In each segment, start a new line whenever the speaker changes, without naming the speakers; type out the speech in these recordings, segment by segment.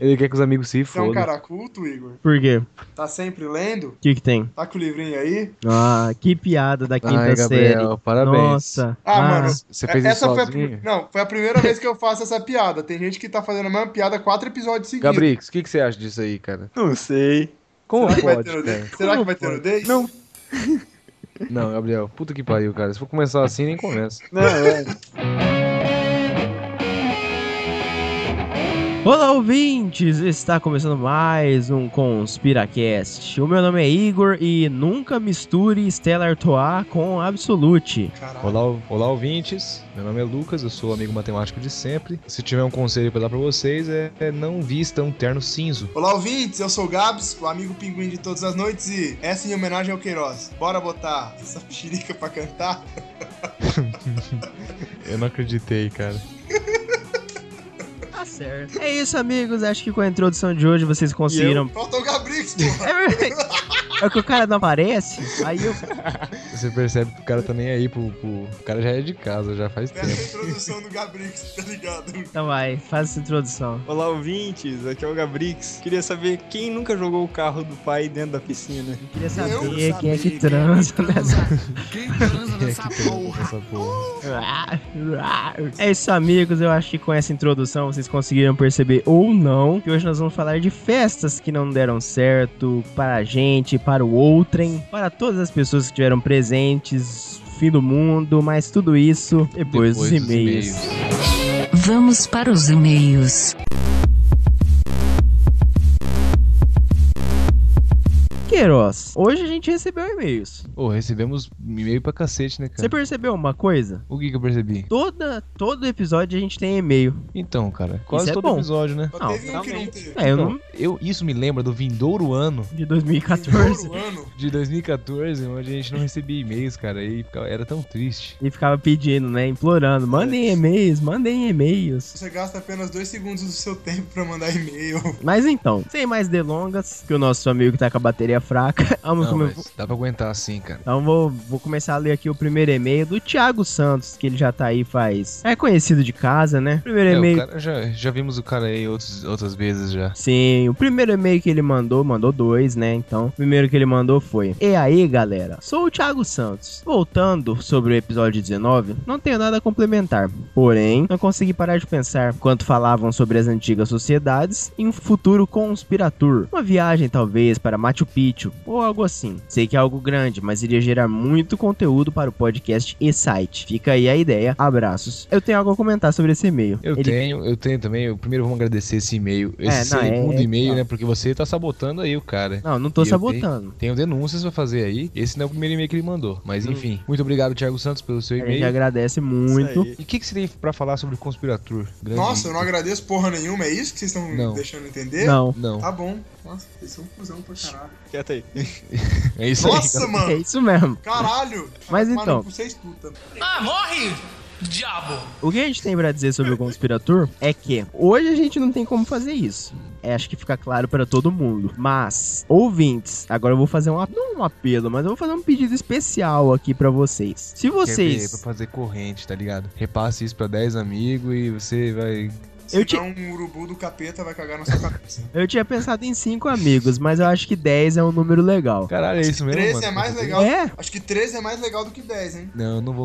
Ele quer que os amigos se
Você é um
fodam.
cara culto, Igor?
Por quê? O
Tá sempre lendo?
que que tem?
Tá com o livrinho aí?
Ah, que piada da quinta
Ai, Gabriel,
série.
parabéns.
Nossa.
Ah, mano,
Você fez isso
essa foi a
sozinho?
prim- Não, foi a primeira vez que eu faço essa piada. Tem gente que tá fazendo a mesma piada quatro episódios seguidos.
Gabrix, o que, que você acha disso aí, cara?
Não sei.
Como
Será que vai
pode,
ter
cara?
nudez? Será que vai ter nudez? Não.
Não, Gabriel, puta que pariu, cara. Se for começar assim, nem começa.
Não, é.
Olá, ouvintes! Está começando mais um Conspiracast. O meu nome é Igor e nunca misture Stella Artois com Absolute.
Caralho.
Olá, olá, ouvintes. Meu nome é Lucas, eu sou o amigo matemático de sempre. Se tiver um conselho pra dar pra vocês, é, é não vista um terno cinzo.
Olá, ouvintes. Eu sou o Gabs, o amigo pinguim de todas as noites. E essa em homenagem ao Queiroz. Bora botar essa xerica pra cantar?
Eu não acreditei, cara.
Tá certo. É isso, amigos. Acho que com a introdução de hoje vocês conseguiram.
Faltou o Gabrix, porra.
É verdade. É que o cara não aparece, aí eu.
Você percebe que o cara tá nem aí pro. pro- O cara já é de casa, já faz tempo.
Essa é a introdução do Gabrix, tá ligado?
Então vai, faz essa introdução.
Olá, ouvintes. Aqui é o Gabrix. Queria saber quem nunca jogou o carro do pai dentro da piscina.
Eu queria saber
Eu
quem é que transa nessa.
Quem transa nessa porra?
Essa porra.
É isso, amigos. Eu acho que com essa introdução vocês conseguiram perceber ou não que hoje nós vamos falar de festas que não deram certo para a gente, para o outrem, para todas as pessoas que estiveram presentes, fim do mundo, mas tudo isso depois, dos
Depois dos
e-mails.
Vamos para os e-mails.
Queiroz, hoje a gente recebeu e-mails.
Ô, recebemos e-mail pra cacete, né,
Você
cara?
percebeu uma coisa?
O que, que eu percebi?
Toda, todo episódio a gente tem e-mail.
Então, cara, quase
é
todo
bom.
episódio, né?
Só
Não,
teve um que não
realmente.
teve.
É, eu
Então,
não.
eu, isso me lembra do vindouro ano
De 2014.
Ouro, ano.
de 2014, onde a gente não recebia e-mails, cara, e ficava- era tão triste.
E ficava pedindo, né? Implorando. Mandem e-mails, mandem e-mails.
Você gasta apenas dois segundos do seu tempo pra mandar e-mail.
Mas então, sem mais delongas, que o nosso amigo tá com a bateria fraca, vamos
Não,
come-
mas dá pra aguentar assim, cara.
Então vou, vou começar a ler aqui o primeiro e-mail do Thiago Santos, que ele já tá aí faz. É conhecido de casa, né? Primeiro
É, o
e-mail.
cara já, já vimos o cara aí outros, outras vezes já.
Sim, o primeiro e-mail que ele mandou, mandou dois, né? Então, o primeiro que ele mandou foi: E aí, galera, sou o Thiago Santos. Voltando sobre o episódio 19, não tenho nada a complementar. Porém, não consegui parar de pensar quanto falavam sobre as antigas sociedades e um futuro conspiratur. Uma viagem, talvez, para Machu Picchu ou algo assim. Sei que é algo grande, mas iria gerar muito conteúdo para o podcast e site. Fica aí a ideia. Abraços. Eu tenho algo a comentar sobre esse e-mail.
Eu
Ele-
tenho, eu tenho também. Eu primeiro vamos agradecer esse e-mail, esse
não, é-
segundo
é-
e-mail,
não.
né? Porque você tá sabotando aí o cara.
Não, não tô
Eu tenho-
sabotando.
Tenho denúncias pra fazer aí. Esse não é o primeiro e-mail que ele mandou. Mas enfim, muito obrigado, Thiago Santos, pelo seu
Hum. A gente
e-mail.
agradece muito.
E o que, que você tem pra falar sobre o Conspiratur? Grande
Nossa, eu
item.
não agradeço porra nenhuma, é isso que vocês estão
Não.
me deixando entender?
Não.
Não,
Tá bom. Nossa, vocês são cuzão pra caralho.
Quieta aí.
é isso aí.
Nossa,
É
mano.
isso mesmo.
Caralho.
Mas
Mano,
então.
Vocês puta.
Ah, morre! Diabo!
O que a gente tem pra dizer sobre o Conspirator é que hoje a gente não tem como fazer isso. É, acho que fica claro pra todo mundo. Mas, ouvintes, agora eu vou fazer um, a- não um apelo, mas eu vou fazer um pedido especial aqui pra vocês. Se
Quer ver? É pra
vocês.
fazer corrente, tá ligado? Repasse isso pra 10 amigos e você vai.
Se
Eu
eu
te-
um urubu do capeta, vai cagar na sua cabeça.
Eu tinha pensado em cinco amigos, mas eu acho que 10 é um número legal.
Caralho, é isso mesmo?
13
mano?
é mais legal.
É?
Acho que 13 é mais legal do que 10, hein?
Não, eu não vou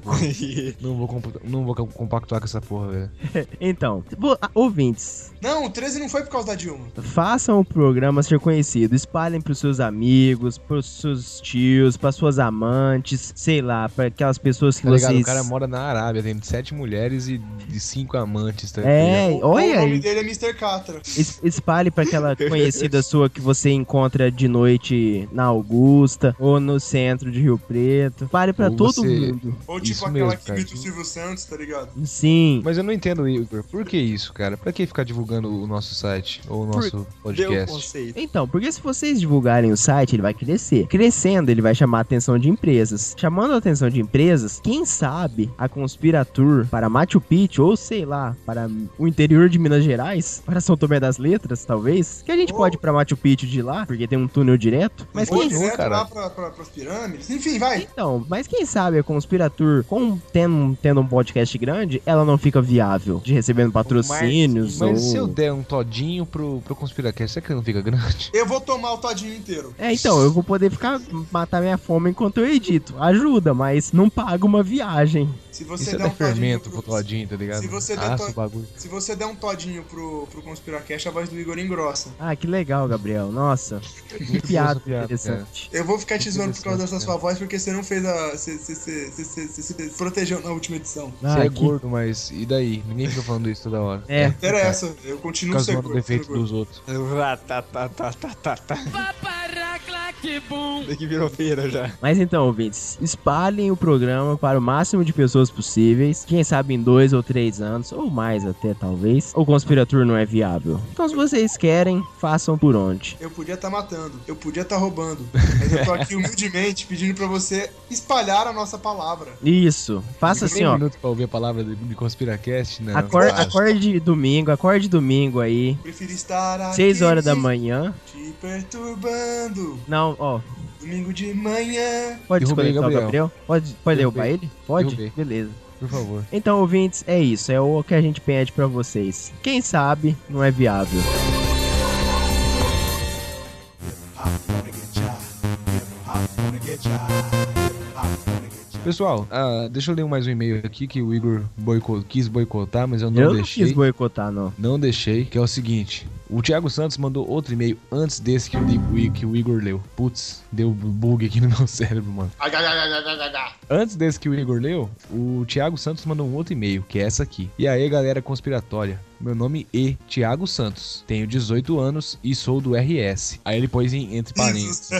compactuar com essa porra. Não vou, compu- não vou co- compactuar com essa porra, velho. Tá
Então, vo- ah, ouvintes,
Não, o 13 não foi por causa da Dilma.
Façam o programa ser conhecido, espalhem pros seus amigos, pros seus tios, pras suas amantes, sei lá, pra aquelas pessoas que
Tá ligado?
vocês
O cara mora na Arábia, tem sete mulheres e de cinco amantes, tá ligado?
É, olha
o nome
aí,
dele é Mr. Catra.
es- espalhe pra aquela conhecida sua que você encontra de noite na Augusta ou no centro de Rio Preto. Espalhe pra
Ou
todo
você-
mundo.
Ou tipo
Isso
aquela
mesmo,
que
cara.
imita o Silvio Santos, tá ligado?
Sim.
Mas eu não entendo, Igor. Por que isso, cara? Pra que ficar divulgando o nosso site ou o nosso
Deu o
podcast?
conceito.
Então, porque se vocês divulgarem o site, ele vai crescer. Crescendo, ele vai chamar a atenção de empresas. Chamando a atenção de empresas, quem sabe a Conspiratur para Machu Picchu ou sei lá, para para o interior de Minas Gerais, para São Tomé das Letras, talvez, que a gente
Ou-
pode ir pra Machu Picchu de lá, porque tem um túnel direto, mas
Ou
quem
direto
cara.
lá pra, pra, pras pirâmides. Enfim, vai.
Então, mas quem sabe a Conspiratur, com, tendo, tendo um podcast grande, ela não fica viável de recebendo patrocínios
Mas se eu
ou...
der um todinho pro, pro Conspiracast, será que ele não fica grande?
Eu vou tomar o todinho inteiro.
É, então, eu vou poder ficar, matar minha fome enquanto eu edito. Ajuda, mas não paga uma viagem.
Se
Isso
você
é
der um
até fermento pro
todinho
todinho, tá ligado?
se você der
Assa
to-
o bagulho.
Se você der um todinho pro, pro Conspiracast, a voz do Igor engrossa.
Ah, que legal, Gabriel. Nossa, que
Muito
piada
boa essa
interessante.
Eu vou ficar te zoando por causa dessa
Interessante,
sua voz, porque você não fez a. Você você- você- você- você- você se protegeu na última edição.
cara. Você
Ah,
é
que-
gordo, mas e daí? Ninguém fica falando isso toda hora.
É.
Fica-
Interessa, eu continuo
Fica
sendo
zoando o
gordo, sendo
defeito
gordo.
dos outros.
Ah, tá, Ratatatatata. Daqui virou feira já.
Mas então, ouvintes, espalhem o programa para o máximo de pessoas possíveis. Quem sabe em dois ou três anos, ou mais até, talvez. O Conspiratur não é viável. Então, se vocês querem, façam por onde.
Eu podia estar matando, eu podia estar roubando, mas eu tô aqui humildemente pedindo pra você espalhar a nossa palavra.
Isso. Faça assim,
um
ó.
minuto pra ouvir a palavra de, de Conspiracast, né?
Acor-
Não.
acorde domingo, acorde domingo aí.
Prefiro estar aqui.
6 horas da manhã.
Te perturbando.
Não, ó.
Domingo de manhã.
Pode
Derrubei,
desconectar o Gabriel.
Gabriel.
Pode, pode derrubar
Derrubei.
ele? Pode?
Derrubei.
Beleza.
Por favor.
Então, ouvintes, é isso. É o que a gente pede pra vocês. Quem sabe não é viável.
Pessoal, ah, deixa eu ler mais um e-mail aqui que o Igor boico- quis boicotar, mas eu não
eu não
deixei.
quis boicotar, não.
não deixei, que é o seguinte. O Thiago Santos mandou outro e-mail antes desse que o, Di- que o Igor leu. Putz, deu bug aqui no meu cérebro, mano. Antes desse que o Igor leu, o Thiago Santos mandou um outro e-mail, que é essa aqui. E aí, galera conspiratória. Meu nome é Thiago Santos. Tenho 18 anos e sou do RS. Aí ele pôs em, entre parênteses.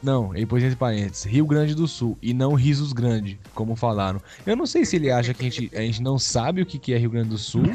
Não, ele pôs entre parênteses. Rio Grande do Sul e não Risos Grande, como falaram. Eu não sei se ele acha que a gente, a gente não sabe o que que é Rio Grande do Sul.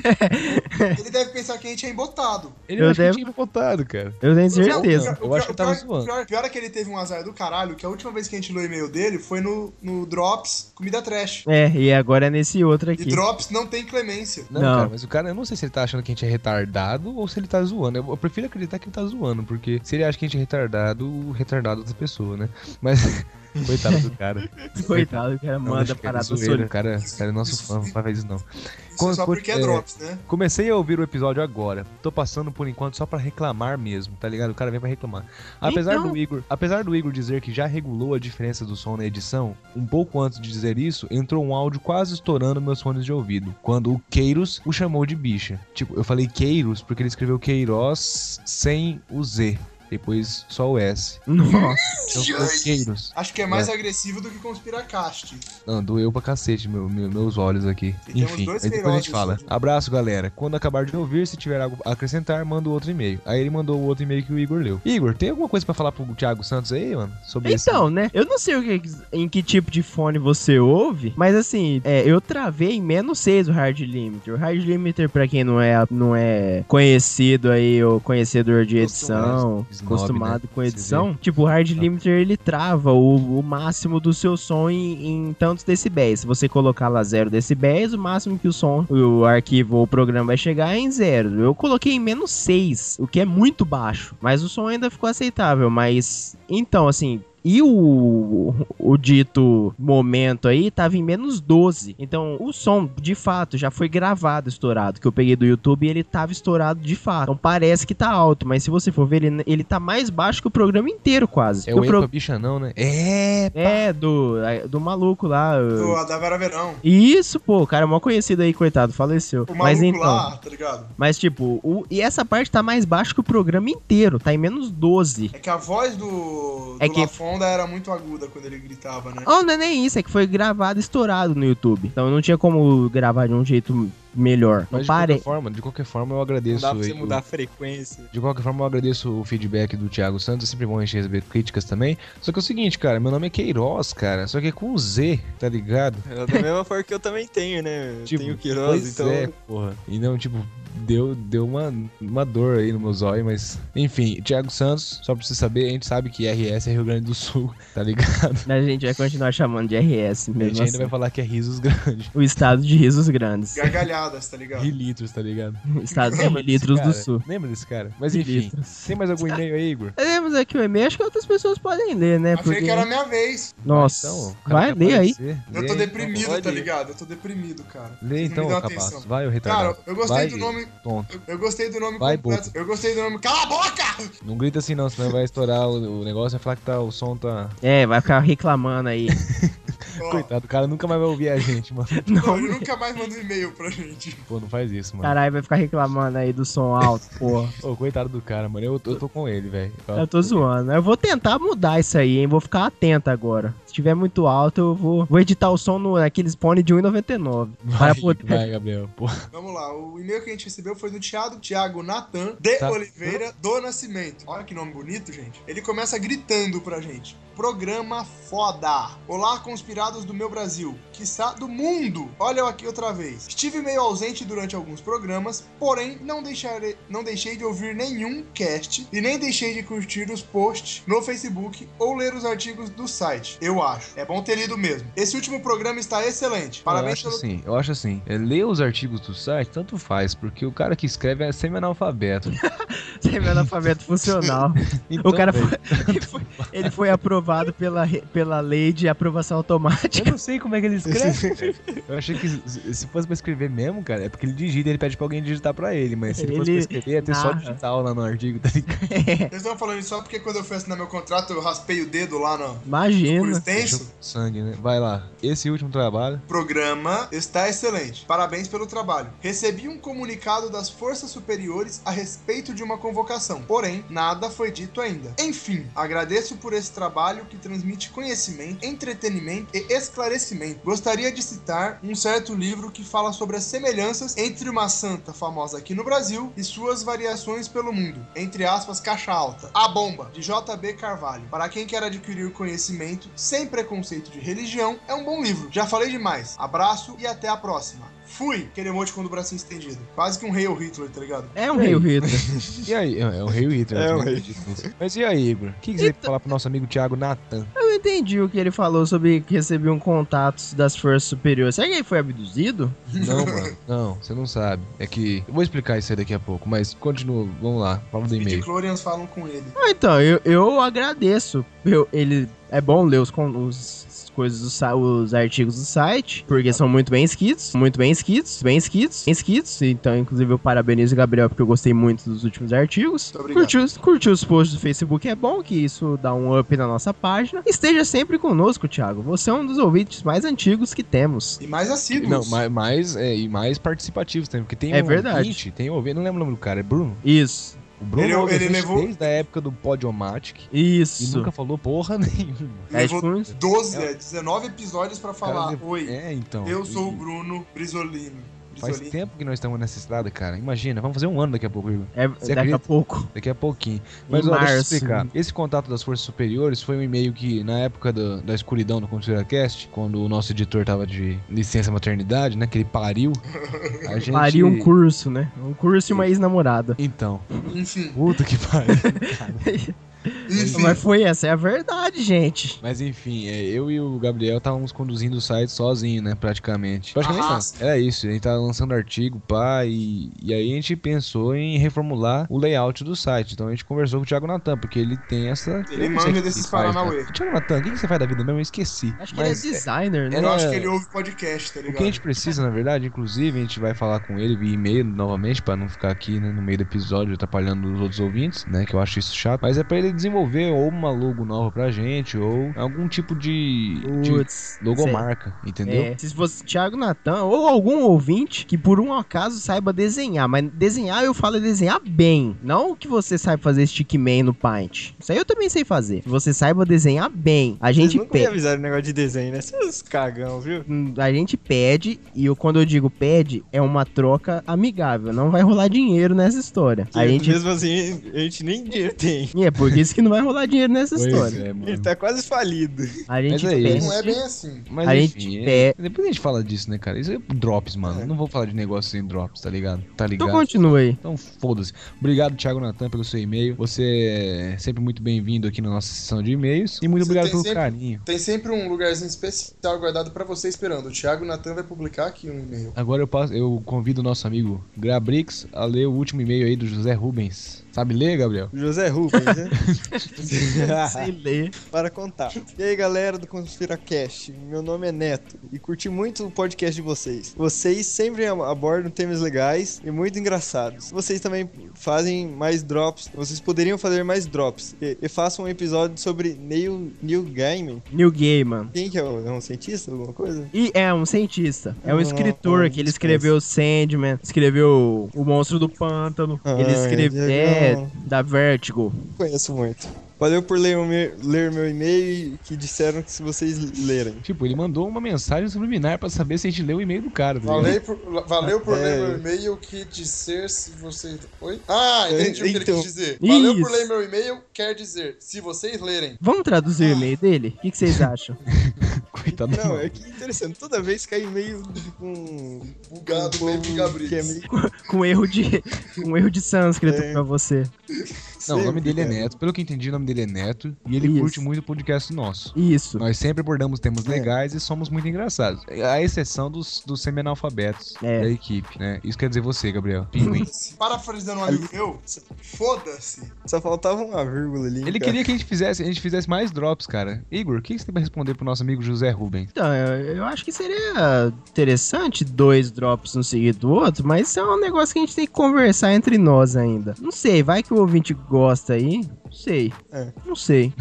Ele deve pensar que a gente é embotado.
Ele
Eu
acha que
devo-
tinha botado, cara.
Eu tenho certeza.
Eu acho que eu tava zoando.
Pior, pior é que ele teve um azar do caralho, que a última vez que a gente leu o e-mail dele foi no, no Drops Comida Trash.
É, e agora é nesse outro
E
aqui.
Drops não tem clemência.
Não,
Não.
cara, mas o cara, eu não sei se ele tá achando que a gente é retardado ou se ele tá zoando. Eu, eu prefiro acreditar que ele tá zoando, porque se ele acha que a gente é retardado, o retardado é outra pessoa, né? Mas, coitado do cara.
Coitado, o cara
Não,
manda
deixa eu-
parada
zoeira,
solta.
o cara, o cara é nosso fã, não faz isso não.
Isso
Quando
só
for-
porque é,
é.
Drops, né?
Comecei a ouvir o episódio agora. Tô passando por enquanto só pra reclamar mesmo, tá ligado? O cara vem pra reclamar. Apesar
Então.
do Igor, apesar do Igor dizer que já regulou a diferença do som na edição, um pouco antes de dizer isso, entrou um áudio quase estourando meus fones de ouvido, quando o Queiros o chamou de bicha. Tipo, eu falei Queiros porque ele escreveu Queiroz sem o Z. Depois só o S.
Nossa.
Então ficou Queiros.
Acho que é mais agressivo do que Conspiracast.
Não, doeu pra cacete meu, meu- meus olhos aqui.
E temos
Enfim,
dois
aí depois a gente
ferozes
fala.
hoje.
Abraço, galera. Quando acabar de ouvir, se tiver algo a acrescentar, manda outro e-mail. Aí ele mandou o outro e-mail que o Igor leu. Igor, tem alguma coisa pra falar pro Thiago Santos aí, mano? Sobre esse-
Então, né? Eu não sei o que, em que tipo de fone você ouve, mas assim, é, eu travei em menos 6 o hard limiter. O hard limiter, pra quem não é, não é conhecido aí, ou conhecedor de edição,
Acostumado, snob,
acostumado
né? Tá.
com edição, tipo, o hard limiter ele trava o, o máximo do seu som em, em tantos decibéis. Se você colocar lá 0 decibéis, o máximo que o som, o arquivo ou o programa vai chegar é em zero. Eu coloquei em menos 6, o que é muito baixo, mas o som ainda ficou aceitável. Mas então, assim, e o, o dito momento aí tava em menos 12. Então o som, de fato, já foi gravado, estourado. Que eu peguei do YouTube e ele tava estourado de fato. Então parece que tá alto, mas se você for ver, ele, ele tá mais baixo que o programa inteiro, quase.
É
o
o
pro-
Epa Bicha não, né? É!
É, do, do maluco lá.
Do Adavera Verão.
Isso, pô, o cara é mó conhecido aí, coitado, faleceu.
O maluco
Mas então.
lá, tá ligado?
Mas, tipo, o- e essa parte tá mais baixo que o programa inteiro, tá em menos 12.
É que a voz do, do
É que-
Lafonda era muito aguda quando ele gritava, né?
Oh, não é nem isso, é que foi gravado estourado no YouTube. Então não tinha como gravar de um jeito melhor. Não
Mas de
pare.
qualquer forma, de qualquer forma eu
Não
agradeço.
dá pra você
aí o-
mudar a frequência.
De qualquer forma, eu agradeço o feedback do Thiago Santos. É sempre bom a gente receber críticas também. Só que é o seguinte, cara, meu nome é Queiroz, cara. Só que é com Z, tá ligado?
É da mesma forma que eu também tenho, né? Eu
Tipo,
tenho Queiroz, então.
é, porra. E não, tipo, deu, deu uma, uma dor aí no meu zóio, mas... Enfim, Thiago Santos, só pra você saber, a gente sabe que RS é Rio Grande do Sul, tá ligado?
A gente vai continuar chamando de RS
A gente
mesmo.
ainda vai
assim.
falar que é Risos Grande.
O estado de risos grandes.
Gargalhada. toneladas, tá
É
ligado?
Mililitros, tá ligado?
Estados
Lembra desse
Mililitros do
cara?
Sul.
Lembra desse cara? Mas enfim, tem mais algum e-mail aí, Igor?
Temos aqui o e-mail, acho que outras pessoas podem ler, né?
Achei
Porque...
que era a minha vez.
Nossa,
Então, o cara
vai
quer
ler aí.
aparecer.
Eu
Lê
tô
aí,
deprimido,
então.
tá ligado? Eu tô deprimido, cara.
Lê
Vocês não
então,
me dão
capaz.
atenção.
Vai, o retardado.
Cara, eu gostei
Vai,
do nome.
Tonto.
eu- Eu gostei do nome
Vai,
completo. Eu gostei do nome. Cala a boca!
Não grita assim não, senão vai estourar o, o negócio e vai falar que tá, o som tá...
É, vai ficar reclamando aí.
Ó,
Coitado, o cara nunca mais vai ouvir a gente, mano.
não, ele nunca mais manda um e-mail pra gente.
Pô, não faz isso, mano.
Caralho, vai ficar reclamando aí do som alto, porra.
Ô, coitado do cara, mano. Eu, eu tô com ele, velho.
Eu tô zoando. Eu vou tentar mudar isso aí, hein? Vou ficar atento agora. Se tiver muito alto, eu vou, vou editar o som no, naqueles pone de 1,99.
Vai,
Para poder-
vai, Gabriel. Pô,
Vamos lá, o e-mail que a gente recebeu foi do Thiago, Thiago Natan de
Tá.
Oliveira do Nascimento. Olha que nome bonito, gente. Ele começa gritando pra gente. Programa foda. Olá, conspirados do meu Brasil, quiçá do mundo. Olha eu aqui outra vez. Estive meio ausente durante alguns programas, porém não, deixarei, não deixei de ouvir nenhum cast e nem deixei de curtir os posts no Facebook ou ler os artigos do site, eu acho. É bom ter lido mesmo. Esse último programa está excelente.
eu
Parabéns
acho
pelo
assim, eu acho assim. É, ler os artigos do site, tanto faz, porque o cara que escreve é semi-analfabeto.
Semi-analfabeto funcional.
Então,
O cara
velho,
foi, ele, foi, ele foi aprovado pela, re- pela lei de aprovação automática.
Eu não sei como é que ele escreve. velho. eu achei que se se fosse pra escrever mesmo, cara, é porque ele digita, ele pede pra alguém digitar pra ele, mas se ele fosse pra
Ele
escrever, ia ter só
narra.
digital lá no artigo, tá ligado?
Vocês estão falando isso só porque quando eu fui assinar meu contrato eu raspei o dedo lá no por
Imagina.
É
extenso?
Sangue, né? Vai lá. Esse último trabalho.
Programa está excelente. Parabéns pelo trabalho. Recebi um comunicado das forças superiores a respeito de uma convocação, porém, nada foi dito ainda. Enfim, agradeço por esse trabalho que transmite conhecimento, entretenimento e esclarecimento. Gostaria de citar um certo livro que fala sobre as semelhanças entre uma santa famosa aqui no Brasil e suas variações pelo mundo. Entre aspas, caixa alta. A Bomba, de JB Carvalho. Para quem quer adquirir conhecimento sem preconceito de religião, é um bom livro. Já falei demais. Abraço e até a próxima. Fui! Aquele emoji com o bracinho estendido. Quase que um rei ou Hitler, tá ligado?
É um Rio Rita.
E aí? É, é o Rei Hitler.
É
eu
o
também
Rei.
acredito nisso. Mas e aí, Igor? O que, que você tem pra falar pro nosso amigo Thiago Natan?
Eu não entendi o que ele falou sobre que recebeu um contato das forças superiores. Será que ele foi abduzido?
Não, mano. Não, você não sabe. É que. Eu vou explicar isso aí daqui a pouco, mas continua. Vamos lá. Fala do
E
e-mail.
Clorians falam com ele.
Ah, então, eu, eu agradeço. Eu- ele é bom ler os, con- os as coisas do sa- os artigos do site, porque são muito bem escritos, muito bem escritos, bem escritos, bem escritos. Então, inclusive, eu parabenizo o Gabriel porque eu gostei muito dos últimos artigos.
Muito obrigado.
Curtiu, os- curtiu os posts do Facebook é bom, que isso dá um up na nossa página. Esteja sempre conosco, Thiago. Você é um dos ouvintes mais antigos que temos.
E mais assíduos.
Não, mais, mais, é, e mais participativos também, porque tem
É verdade.
ouvinte, tem um ouvinte, não lembro o nome do cara, é Bruno.
Isso,
O Bruno
Ele-
é um
ele
ouvinte
levou-
desde a época do Podiomatic e
isso.
nunca falou porra nenhuma.
É,
Levou
tipo,
12, é, 19 episódios pra falar.
Cara,
Oi,
É, então.
eu sou o
E
Bruno Brisolino.
Faz
Brisolino.
tempo que nós estamos nessa estrada, cara. Imagina, vamos fazer um ano daqui a pouco, Igor.
é,
Você
daqui a
acredita?
pouco.
Daqui a pouquinho.
Em
Mas ó, deixa eu
março.
explicar. Esse contato das forças superiores foi um e-mail que, na época do- da escuridão do ConsideraCast, quando o nosso editor tava de licença maternidade, né? Que ele pariu. A gente...
Faria um curso, né? Um curso e uma ex-namorada.
Então,
Enfim,
puta que pariu.
enfim.
Mas foi essa, é a verdade, gente.
Mas enfim, é, eu e o Gabriel estávamos conduzindo o site sozinho, né? Praticamente. Praticamente
Ah.
Arrasta.
não. Era isso, a gente tava lançando artigo, pá, e, e aí a gente pensou em reformular o layout do site. Então a gente conversou com o Thiago Natan, porque ele tem essa.
Ele
eu não sei
manja
o que
desses
ele faz,
Paranauê.
cara. Thiago Natan, o que que você faz da vida mesmo? Eu esqueci.
Acho que
Mas
ele é designer, né?
era-
Eu acho que ele ouve podcast, tá
O
ligado?
que a gente precisa, na verdade, inclusive, a gente vai falar com ele via e-mail novamente, pra não ficar aqui né, no meio do episódio atrapalhando os outros ouvintes, né? Que eu acho isso chato. Mas é pra ele desenvolver ou uma logo nova pra gente, ou algum tipo de, de
Putz,
logomarca,
sei.
entendeu?
É, se fosse Thiago Natan ou algum ouvinte que por um acaso saiba desenhar, mas desenhar eu falo é desenhar bem, não que você saiba fazer stickman no Paint. Isso aí eu também sei fazer. Que você saiba desenhar bem. A
Vocês
gente
nunca me
pede,
avisaram o negócio de desenho, né? Seus cagão, viu?
a gente pede e eu, quando eu digo pede é uma troca amigável, não vai rolar dinheiro nessa história. A gente
Mesmo assim, a gente nem dinheiro tem.
E é por isso que não vai rolar dinheiro nessa
Pois
história.
é, mano.
Ele tá quase falido.
A gente
Mas é
perde.
isso.
Não é bem assim.
Mas
A
enfim,
gente
é-
pe-
depois a gente fala disso, né, cara? Isso é drops, mano. Eu Não vou falar de negócio sem drops, tá ligado? Tá
Então
ligado?
continua aí.
Então foda-se. Obrigado, Thiago Natan, pelo seu e-mail. Você é sempre muito bem-vindo aqui na nossa sessão de e-mails. E muito
Você
obrigado
tem
pelo
sempre-
carinho.
Tem sempre um lugarzinho especial guardado pra você esperando. O Thiago Natan vai publicar aqui um e-mail.
Agora eu, passo, eu convido o nosso amigo Grabrix a ler o último e-mail aí do José Rubens. Sabe ler, Gabriel?
José Rubens, né?
Sem ler.
Para contar. E aí, galera do ConspiraCast, meu nome é Neto e curti muito o podcast de vocês. Vocês sempre ab- abordam temas legais e muito engraçados. Vocês também fazem mais drops, vocês poderiam fazer mais drops. E, e façam um episódio sobre Neil, Neil Gaiman.
New Gaiman.
Quem que é? o- É um cientista? Alguma coisa?
E é um cientista. É um
Ah,
escritor
ah,
que ele escreveu Sandman, escreveu O Monstro do Pântano. ele
Ah,
escreveu. É,
legal.
da Vertigo.
Conheço muito. Valeu por ler, o meu- ler meu e-mail e que disseram que se vocês lerem.
Tipo, ele mandou uma mensagem subliminar pra saber se a gente leu o e-mail do cara, tá ligado?
Valeu por, valeu por
É.
ler meu e-mail que dizer se você. Oi? Ah, entendi o que ele
Então.
quis dizer. Valeu por
Isso.
ler meu e-mail, quer dizer, se vocês lerem.
Vamos traduzir o
Ah.
e-mail dele? O que, que vocês acham?
Coitado do
Não,
maluco.
é que interessante. Toda vez cai tipo, meio com.
Bugado,
com-
baby Gabriel.
que é meio-
Com erro de, com erro de sânscrito
É.
pra você.
Não, o nome dele é
Sempre,
Neto. Pelo que eu entendi, o nome dele é Neto. E ele
Isso.
curte muito o podcast nosso.
Isso.
Nós sempre abordamos temas
É.
legais e somos muito engraçados. A exceção dos, dos semi-analfabetos
É.
da equipe, né? Isso quer dizer você, Gabriel. Pinguim.
Parafraseando um amigo meu, foda-se.
Só faltava uma vírgula ali.
Ele
cara.
queria que a gente fizesse, a gente fizesse mais drops, cara. Igor, o que que você tem pra responder pro nosso amigo José Rubens?
Então, eu, eu acho que seria interessante dois drops um seguido do outro, mas isso é um negócio que a gente tem que conversar entre nós ainda. Não sei, vai que o ouvinte gosta aí. Não sei.
É.
Não sei.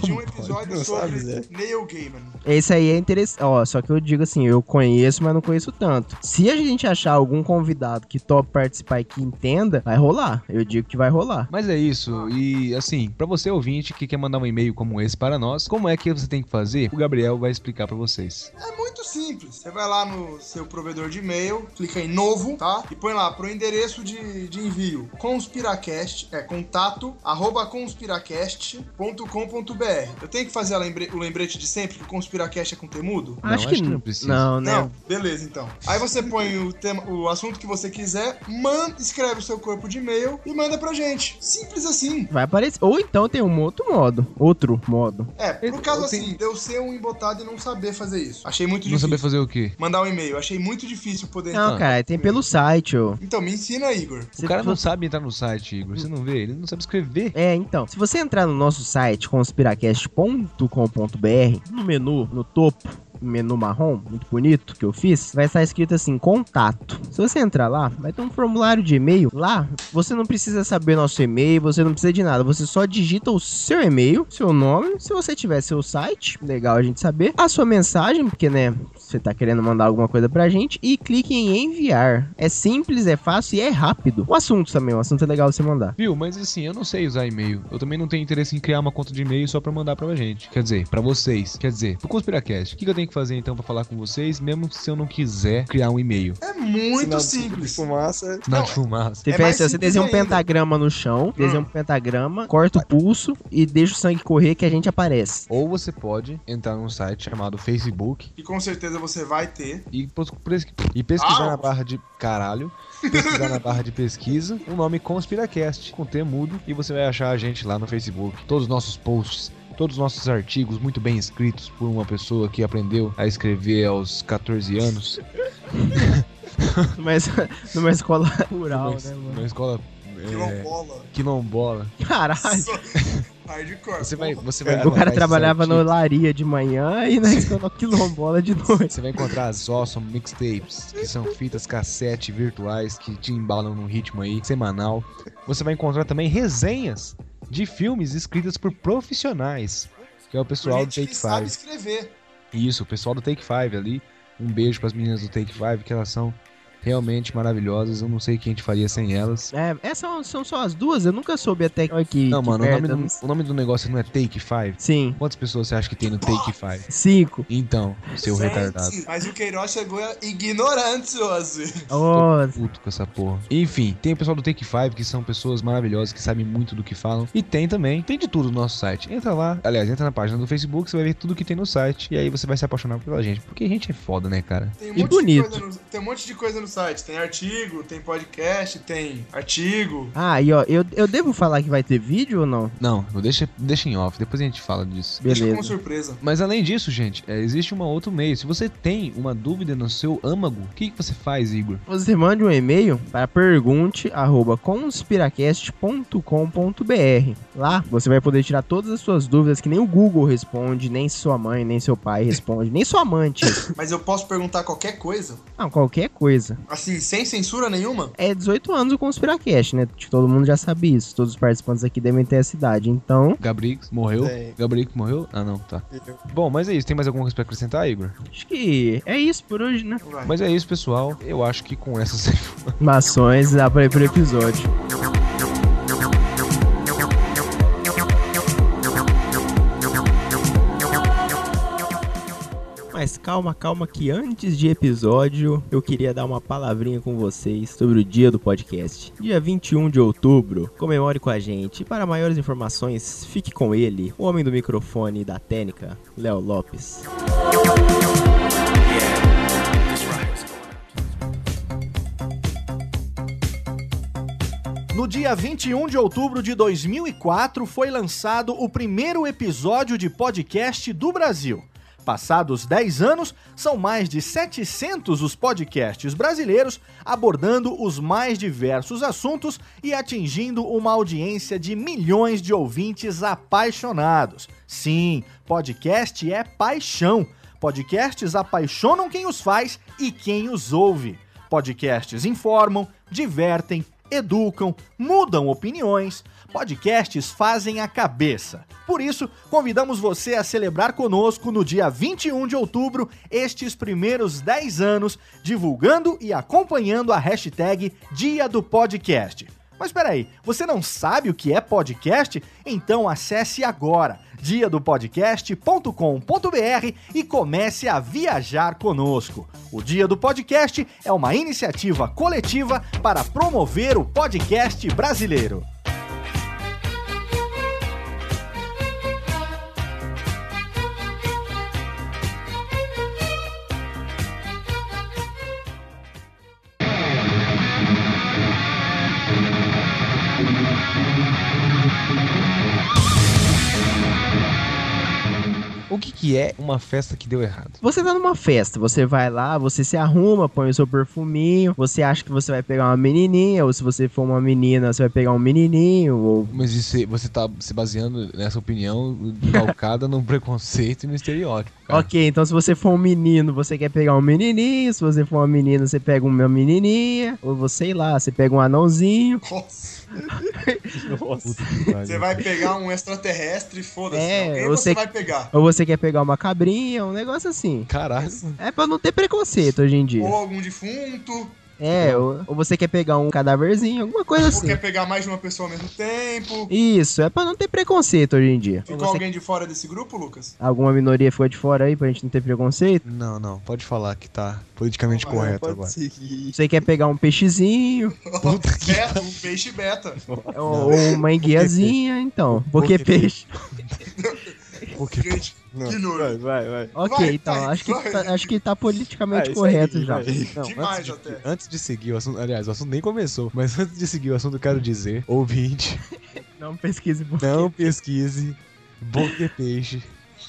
Pedi um episódio
Não
sobre
sabe, Zé.
Neil Gaiman.
Esse aí é interessante. Ó, só que eu digo assim, eu conheço, mas não conheço tanto. Se a gente achar algum convidado que top participar e que entenda, vai rolar. Eu digo que vai rolar.
Mas é isso, e assim, pra você ouvinte que quer mandar um e-mail como esse para nós, como é que você tem que fazer? O Gabriel vai explicar pra vocês.
É muito simples. Você vai lá no seu provedor de e-mail, clica em novo, tá? E põe lá pro endereço de, de envio conspiracast, é contato arroba conspiracast.com.br. Eu tenho que fazer a lembre- o lembrete de sempre que o conspiracast é com temudo?
Não, acho que não precisa.
Não, né?
Não, beleza então. Aí você põe o tema, o assunto que você quiser, manda, escreve o seu corpo de e-mail e manda pra gente. Simples assim.
Vai aparecer. Ou então tem um outro modo. Outro modo.
É, no
Eu-
caso
eu tenho-
assim, de eu ser um embotado e não saber fazer isso. Achei muito
Não
difícil.
saber fazer o quê?
Mandar um e-mail, achei muito difícil poder
Não, cara, tem pelo site, ô.
Então, me ensina, Igor.
Então. O cara não sabe entrar no site, Igor. Você não vê? Ele não sabe escrever.
É, então, se você entrar no nosso site conspiracast.com.br, no menu, no topo, no menu marrom, muito bonito que eu fiz, vai estar escrito assim, contato. Se você entrar lá, vai ter um formulário de e-mail. Lá, você não precisa saber nosso e-mail, você não precisa de nada. Você só digita o seu e-mail, seu nome, se você tiver seu site, legal a gente saber, a sua mensagem, porque, né, você tá querendo mandar alguma coisa pra gente, e clique em enviar. É simples, é fácil e é rápido. O assunto também, o assunto é legal você mandar.
Viu? Mas assim, eu não sei usar e-mail. Eu também não tenho interesse em criar uma conta de e-mail só pra mandar pra gente. Quer dizer, pra vocês. Quer dizer, pro Conspiracast. O que que eu tenho que fazer então pra falar com vocês, mesmo se eu não quiser criar um e-mail?
É muito
Sinal de-
simples.
De fumaça.
Não,
Não,
de fumaça.
Você,
É
pensa
mais
assim, você
simples
desenha um
ainda.
pentagrama no chão,
Hum.
desenha um pentagrama, corta o pulso e deixa o sangue correr que a gente aparece.
Ou você pode entrar num site chamado Facebook
E com certeza você vai ter.
e, pos- pres- e pesquisar
Ah!
na barra de. Caralho. Pesquisar na barra de pesquisa o nome Conspiracast com T mudo e você vai achar a gente lá no Facebook. Todos os nossos posts, todos os nossos artigos muito bem escritos por uma pessoa que aprendeu a escrever aos 14 anos.
Mas numa escola rural,
Numa es-
né, mano?
numa escola é,
Quilombola.
quilombola.
Caralho.
Hardcore.
Você vai, você vai
É, O cara
encontrar
trabalhava
esses
na
artigos,
olaria de manhã e na escola quilombola de noite.
Você vai encontrar as awesome mixtapes, que são fitas cassete virtuais que te embalam num ritmo aí semanal. Você vai encontrar também resenhas de filmes escritas por profissionais, que é o
Por
pessoal do
gente
Take
que sabe
Five.
escrever.
Isso, o pessoal do Take Five ali. Um beijo pras meninas do Take Five, que elas são realmente maravilhosas. Eu não sei o que a gente faria sem elas.
É, essas são, são só as duas, eu nunca soube até que. que
Não,
que
mano, o nome,
merda. né?
do, o nome do negócio não é Take Five?
Sim.
Quantas pessoas você acha que tem no Take Five?
Cinco.
Então, seu
Gente,
retardado.
Mas o Queiroz chegou ignorante hoje.
Oh,
Puto com essa porra. Enfim, tem o pessoal do Take Five, que são pessoas maravilhosas, que sabem muito do que falam. E tem também, tem de tudo no nosso site. Entra lá, aliás, entra na página do Facebook, você vai ver tudo que tem no site. E aí você vai se apaixonar pela gente. Porque a gente é foda, né, cara?
Tem
E
de
bonito.
coisa no, tem um monte de coisa no site. Tem artigo, tem podcast, tem artigo.
Ah, e ó, eu, eu devo falar que vai ter vídeo ou não?
Não, eu deixa, deixa em off, depois a gente fala disso.
Deixa como
Beleza.
surpresa.
Mas além disso, gente, é, existe um outro meio. Se você tem uma dúvida no seu âmago, o que, que você faz, Igor?
Você manda um e-mail para pergunte@conspiracast.com.br. Lá você vai poder tirar todas as suas dúvidas que nem o Google responde, nem sua mãe, nem seu pai responde, nem sua amante.
Mas eu posso perguntar qualquer coisa?
Não, qualquer coisa.
Assim, sem censura nenhuma?
É 18 anos o Conspiracast, né? Acho que Todo mundo já sabe isso. Todos os participantes aqui devem ter essa idade. Então,
Gabrix morreu?
Tem.
Gabrix morreu? Ah, não, tá.
Eu-
Bom, mas é isso. Tem mais alguma coisa pra acrescentar, Igor?
acho que é isso por hoje, né?
Vai.
Mas é isso, pessoal. Eu acho que com essas
Mações, dá pra ir pro episódio. Mas calma, calma, que antes de episódio, eu queria dar uma palavrinha com vocês sobre o dia do podcast. Dia 21 de outubro, comemore com a gente. E para maiores informações, fique com ele, o homem do microfone e da técnica, Léo Lopes.
No dia 21 de outubro de 2004 foi lançado o primeiro episódio de podcast do Brasil. Passados 10 anos, são mais de 700 os podcasts brasileiros abordando os mais diversos assuntos e atingindo uma audiência de milhões de ouvintes apaixonados. Sim, podcast é paixão. Podcasts apaixonam quem os faz e quem os ouve. Podcasts informam, divertem, educam, mudam opiniões. Podcasts fazem a cabeça. Por isso, convidamos você a celebrar conosco no dia 21 de outubro estes primeiros 10 anos, divulgando e acompanhando a hashtag Dia do Podcast. Mas peraí, você não sabe o que é podcast? Então acesse agora dia do podcast.com.br e comece a viajar conosco. O Dia do Podcast é uma iniciativa coletiva para promover o podcast brasileiro.
O que, que é uma festa que deu errado?
Você tá numa festa, você vai lá, você se arruma, põe o seu perfuminho, você acha que você vai pegar uma menininha, ou se você for uma menina, você vai pegar um menininho, ou...
Mas isso, você tá se baseando nessa opinião calcada num preconceito e no estereótipo, cara.
Ok, então se você for um menino, você quer pegar um menininho, se você for uma menina, você pega uma menininha, ou você, sei lá, você pega um anãozinho.
Nossa.
Puta que pariu.
Você vai pegar um extraterrestre, foda-se.
É,
Alguém
eu
você
sei
vai pegar.
Ou você quer pegar uma cabrinha, um negócio assim.
Caralho.
É pra não ter preconceito hoje em
Ou
dia.
algum defunto,
É, ou, ou você quer pegar um cadáverzinho, alguma coisa
ou
assim.
quer pegar mais de uma pessoa ao mesmo tempo.
Isso, é pra não ter preconceito hoje em dia.
Ficou alguém de fora desse grupo, Lucas?
Alguma minoria ficou de fora aí pra gente não ter preconceito?
Não, não. Pode falar que tá politicamente
Não, não
correto
pode
agora.
seguir.
Você quer pegar um peixezinho
Beta, um peixe beta.
ou uma enguiazinha, então. Porque peixe.
Gente,
Não.
que nojo.
Vai, vai, vai.
Ok,
Vai,
então.
vai,
acho, que
vai.
tá, acho que tá politicamente
Ah, isso
correto
aí,
já.
vai.
Não, é
Demais
antes de,
até.
Antes de seguir o assunto, aliás, o assunto nem começou, mas antes de seguir o assunto, eu quero dizer, ouvinte,
Não pesquise por
não pesquise boque peixe,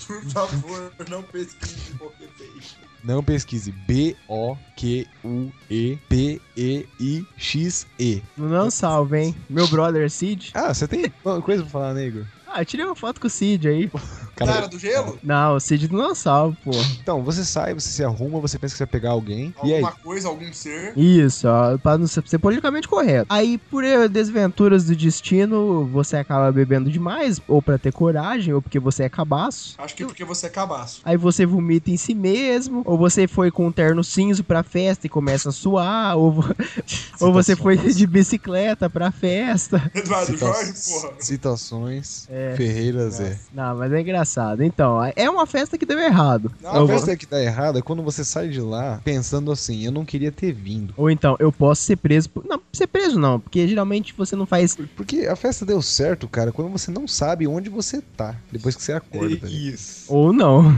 Por favor, não pesquise qualquer peixe.
não pesquise B-O-Q-U-E-P-E-I-X-E.
Não salve, hein? Meu brother Cid.
Ah, você tem uma coisa pra falar, né, Igor?
Ah, eu tirei uma foto com o Cid aí.
Na era do gelo?
Não, o Cid dinossauro, pô.
Então, você sai, você se arruma, você pensa que você vai pegar alguém. E aí?
Alguma coisa, algum ser.
Isso, ó, pra não ser ser politicamente correto. Aí, por desventuras do destino, você acaba bebendo demais, ou pra ter coragem, ou porque você é cabaço.
Acho que porque você é cabaço.
Aí você vomita em si mesmo, ou você foi com um terno cinza pra festa e começa a suar, ou, vo- ou você foi de bicicleta pra festa.
Eduardo
Cita-
Jorge, porra.
Citações.
É.
Ferreira Zé.
Não, mas é engraçado. Então, é uma festa que deu errado.
Não,
A
Eu-
festa que tá errada é quando você sai de lá pensando assim, eu não queria ter vindo.
Ou então, eu posso ser preso. Por... Não, ser preso não, porque geralmente você não faz.
Porque a festa deu certo, cara, quando você não sabe onde você tá, depois que você acorda, tá ligado?
Isso.
Ou não.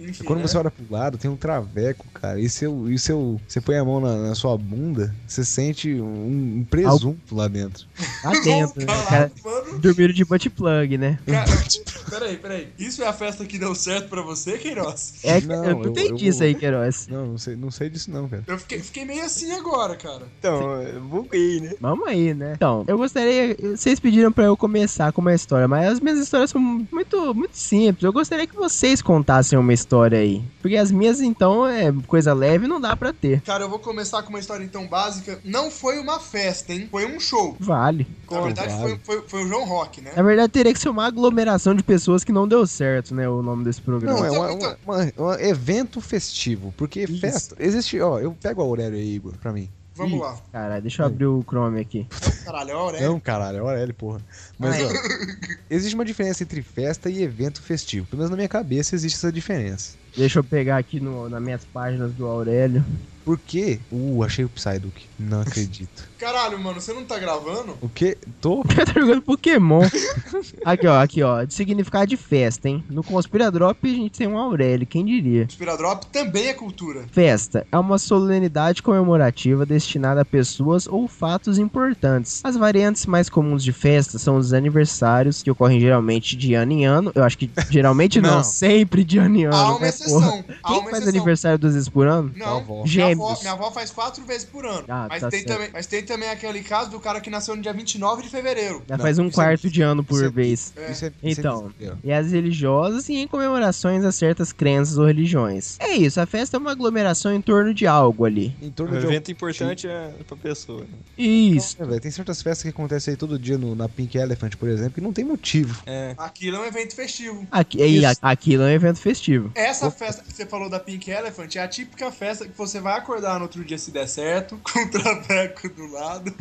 Enfim,
Quando
né?
você olha pro lado, tem um traveco, cara. E seu, e seu, você põe a mão na, na sua bunda, você sente um, um presunto lá dentro.
Lá dentro. né?
Não,
O cara-
caralho, mano.
Dormiram de butt plug, né?
Cara, peraí, peraí. Isso é a festa que deu certo pra você, Queiroz?
É, que-
Não,
eu não
eu-
entendi
eu-
isso aí, Queiroz.
Não, não sei, não sei disso não, cara.
Eu fiquei, fiquei meio assim agora, cara.
Então, eu buguei, né?
Vamos aí, né? Então, eu gostaria. Vocês pediram pra eu começar com uma história, mas as minhas histórias são muito, muito simples. Eu gostaria que vocês contassem uma história aí. Porque as minhas, então, é coisa leve, não dá pra ter.
Cara, eu vou começar com uma história então básica. Não foi uma festa, hein? Foi um show.
Vale.
Na verdade,
vale.
foi, foi, foi o João Rock, né?
Na verdade, teria que ser uma aglomeração de pessoas que não deu certo, né? O nome desse programa.
Não, é
Então,
uma-
então-
uma- uma- um evento festivo, porque
Isso.
festa... Existe, ó, eu pego a Aurélio aí, Igor, pra mim.
Vamos lá.
Cara, deixa eu abrir o Chrome aqui.
Caralho, olha.
Não, caralho, é Aurélio, porra. Mas, ó, existe uma diferença entre festa e evento festivo. Pelo menos na minha cabeça existe essa diferença.
Deixa eu pegar aqui no, nas minhas páginas do Aurélio.
Porque... Uh, achei o Psyduck. Não acredito.
Caralho, mano, você não tá gravando?
o quê? Tô?
tá jogando Pokémon. Aqui, ó, aqui, ó. De significado de festa, hein? No Conspiradrop a gente tem um Aurélio, quem diria?
Inspiradrop também é cultura.
Festa é uma solenidade comemorativa destinada a pessoas ou fatos importantes. As variantes mais comuns de festa são os aniversários, que ocorrem geralmente de ano em ano. Eu acho que geralmente não,
Não.
sempre de ano em ano.
Há uma
né, porra?
exceção. Há
Quem
uma
faz
exceção.
aniversário duas vezes por ano?
Tua
Não,
avó.
Minha
Gêmeos.
avó, minha avó faz quatro vezes por ano.
Ah,
mas,
tá
tem
certo.
também, mas tem também aquele caso do cara que nasceu no dia 29 de fevereiro.
Ela
Não,
faz um
isso é-
quarto de ano por
isso é-
vez.
É.
Isso é,
Então.
isso é besteira.
e as religiosas e em comemorações a certas crenças ou religiões. É isso, a festa é uma aglomeração em torno de algo ali.
Em
O
torno de
evento importante é pra pessoa. né?
Isso.
É, velho, tem certas festas que acontecem aí todo dia no- na Pink Elephant, por exemplo, que não tem motivo.
É.
Aquilo é um evento festivo.
Aqui, e a- aquilo é um evento festivo.
Essa festa que você falou da Pink Elephant é a típica festa que você vai acordar no outro dia se der certo, com o traveco do lado.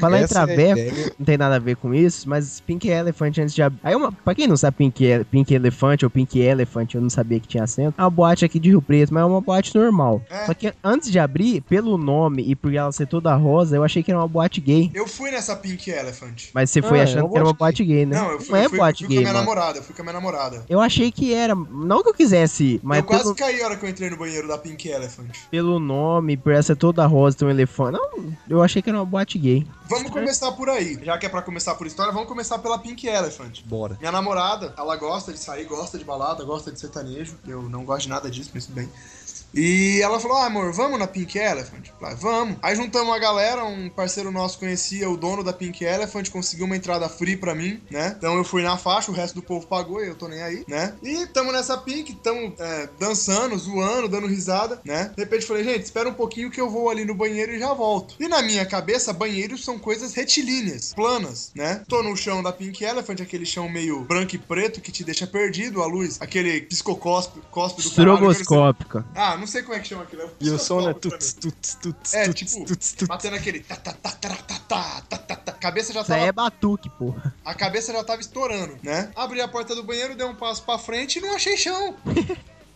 Falar em
Essa é a
traveco,
ideia.
não tem nada a ver com isso, mas Pink Elephant antes de abrir. Aí uma, pra quem não sabe Pink, Ele- Pink Elephant ou Pink Elephant, eu não sabia que tinha acento. É uma boate aqui de Rio Preto, mas é uma boate normal.
É.
Só que antes de abrir, pelo nome e por ela ser toda rosa, eu achei que era uma boate gay.
Eu fui nessa Pink Elephant.
Mas você foi
Ah, é
achando
uma
que era uma boate
boate
gay, né?
Não, eu fui,
não é
eu fui, eu
boate
fui com a
gay,
minha
mano.
namorada, eu fui com a minha namorada.
Eu achei que era. Não que eu quisesse, mas
eu quase
pelo,
caí a hora que eu entrei no banheiro da Pink Elephant.
pelo nome, por essa toda rosa, tem um elefante. Não, eu achei que era uma boate gay.
Vamos começar por aí. Já que é pra começar por história, vamos começar pela Pink Elephant.
Bora.
Minha namorada, ela gosta de sair, gosta de balada, gosta de sertanejo. Eu não gosto de nada disso, mas tudo bem. E ela falou: ah, amor, vamos na Pink Elephant? Eu Falei, vamos. Aí juntamos a galera, um parceiro nosso conhecia o dono da Pink Elephant, conseguiu uma entrada free pra mim, né? Então eu fui na faixa, o resto do povo pagou e eu tô nem aí, né? E tamo nessa Pink, tamo é, dançando, zoando, dando risada, né? De repente eu falei, gente, espera um pouquinho que eu vou ali no banheiro e já volto. E na minha cabeça, banheiros são coisas retilíneas, planas, né? Tô no chão da Pink Elephant, aquele chão meio branco e preto que te deixa perdido a luz, aquele piscocospe cospe do caralho, aquele-
Estrogoscópica.
ah, não sei como é que chama aquilo.
E o som é
Piscocospe pra
tuts, tuts, tuts,
né? É,
tuts,
tipo,
tuts,
mim.
tuts.
Batendo aquele. Tá, tá, tá, tá, tá, tá, tá, tá, tá. Cabeça já
Isso aí
tava,
é batuque, porra.
A cabeça já tava estourando, né? Abri a porta do banheiro, dei um passo pra frente e não achei chão.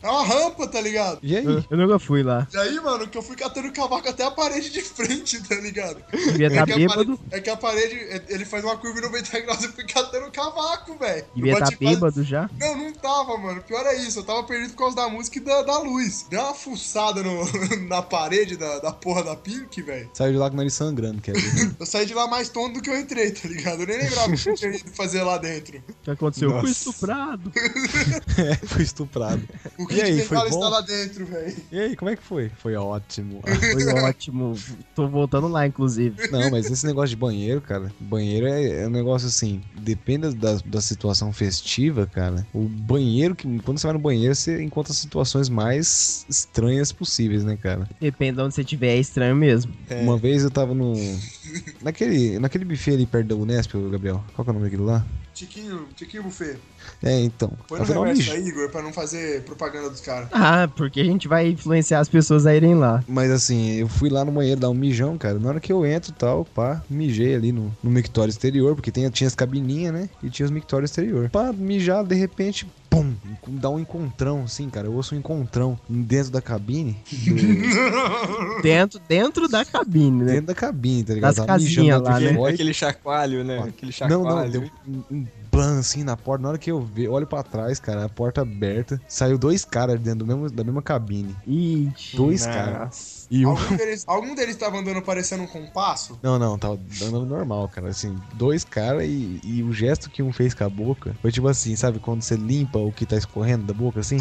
É uma rampa, tá ligado?
E aí?
Eu nunca fui lá.
E aí, mano, que eu fui catando o cavaco até a parede de frente, tá ligado?
Devia estar
que a
bêbado.
parede- é que a parede, é- ele faz uma curva em 90 graus e eu fui catando o cavaco, velho.
Devia
Eu
estar
bati quase-
bêbado já.
Não, não tava, mano. Pior é isso, eu tava perdido por causa da música e da, da luz. Deu uma fuçada no- na parede da, da porra da Pink, velho.
Saiu de lá com o nariz sangrando, quer ver?
Eu saí de lá mais tonto do que eu entrei, tá ligado? Eu nem lembrava o que eu tinha ido fazer lá dentro.
O que aconteceu?
Nossa.
Fui estuprado.
é, foi estuprado.
O que kit
E aí,
bengala
foi bom?
está lá dentro, velho.
E aí, como é que foi? Foi ótimo.
Foi ótimo. Tô voltando lá, inclusive.
Não, mas esse negócio de banheiro, cara, banheiro é, é um negócio assim, depende da, da situação festiva, cara. O banheiro, que quando você vai no banheiro, você encontra as situações mais estranhas possíveis, né, cara?
Depende de onde você estiver, é estranho mesmo.
É.
Uma vez eu tava no. Naquele, naquele buffet ali perto da Unesp, ô, Gabriel. Qual que é o nome daquilo lá?
Tiquinho, Tiquinho Buffet.
É, então.
Põe
Eu
no
falei, "Ó,
reverso
bicho,
aí, Igor, pra não fazer propaganda dos caras.
Ah, porque a gente vai influenciar as pessoas a irem lá.
Mas assim, eu fui lá no banheiro dar um mijão, cara. Na hora que eu entro e tal, pá, mijei ali no, no mictório exterior, porque tem, tinha as cabininhas, né? E tinha os mictórios exterior. Pá, mijar, de repente, pum, dá um encontrão, assim, cara. Eu ouço um encontrão dentro da cabine. do-
Dentro, dentro da cabine, né?
dentro da cabine, tá ligado?
Das casinhas lá,
aquele
né?
boy.
Aquele chacoalho, né? Aquele
Não,
chacoalho.
não, deu um, um blan assim na porta. Na hora que eu ve- olho pra trás, cara, a porta aberta. Saiu dois caras dentro do mesmo, da mesma cabine.
Ixi.
Dois
Nossa.
caras. E um
Algum deles, algum deles tava andando parecendo um compasso?
Não, não, tava andando normal, cara. Assim, dois caras e, e o gesto que um fez com a boca foi tipo assim, sabe? Quando você limpa o que tá escorrendo da boca, assim.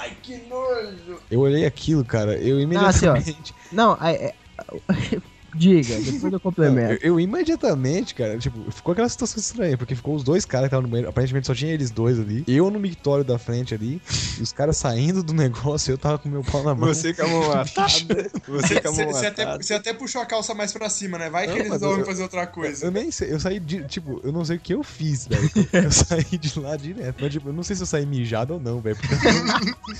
Ai, que nojo!
Eu olhei aquilo, cara, eu
assim, ó.
imediatamente.
Não, é- é- diga, depois eu
eu,
complemento.
eu imediatamente, cara, tipo, ficou aquela situação estranha, porque ficou os dois caras que estavam no banheiro, aparentemente só tinha eles dois ali. Eu no mictório da frente ali, e os caras saindo do negócio, eu tava com meu pau na mão.
Você com a mão atada. Você é com a mão
Você até,
atada.
você até puxou a calça mais pra cima, né? Vai
Não,
que eles
mas
vão
eu-
fazer outra coisa.
Eu nem sei, eu saí, de, tipo, eu não sei o que eu fiz, velho. Eu, eu saí de lá direto. Mas, tipo, eu não sei se eu saí mijado ou não, velho. Porque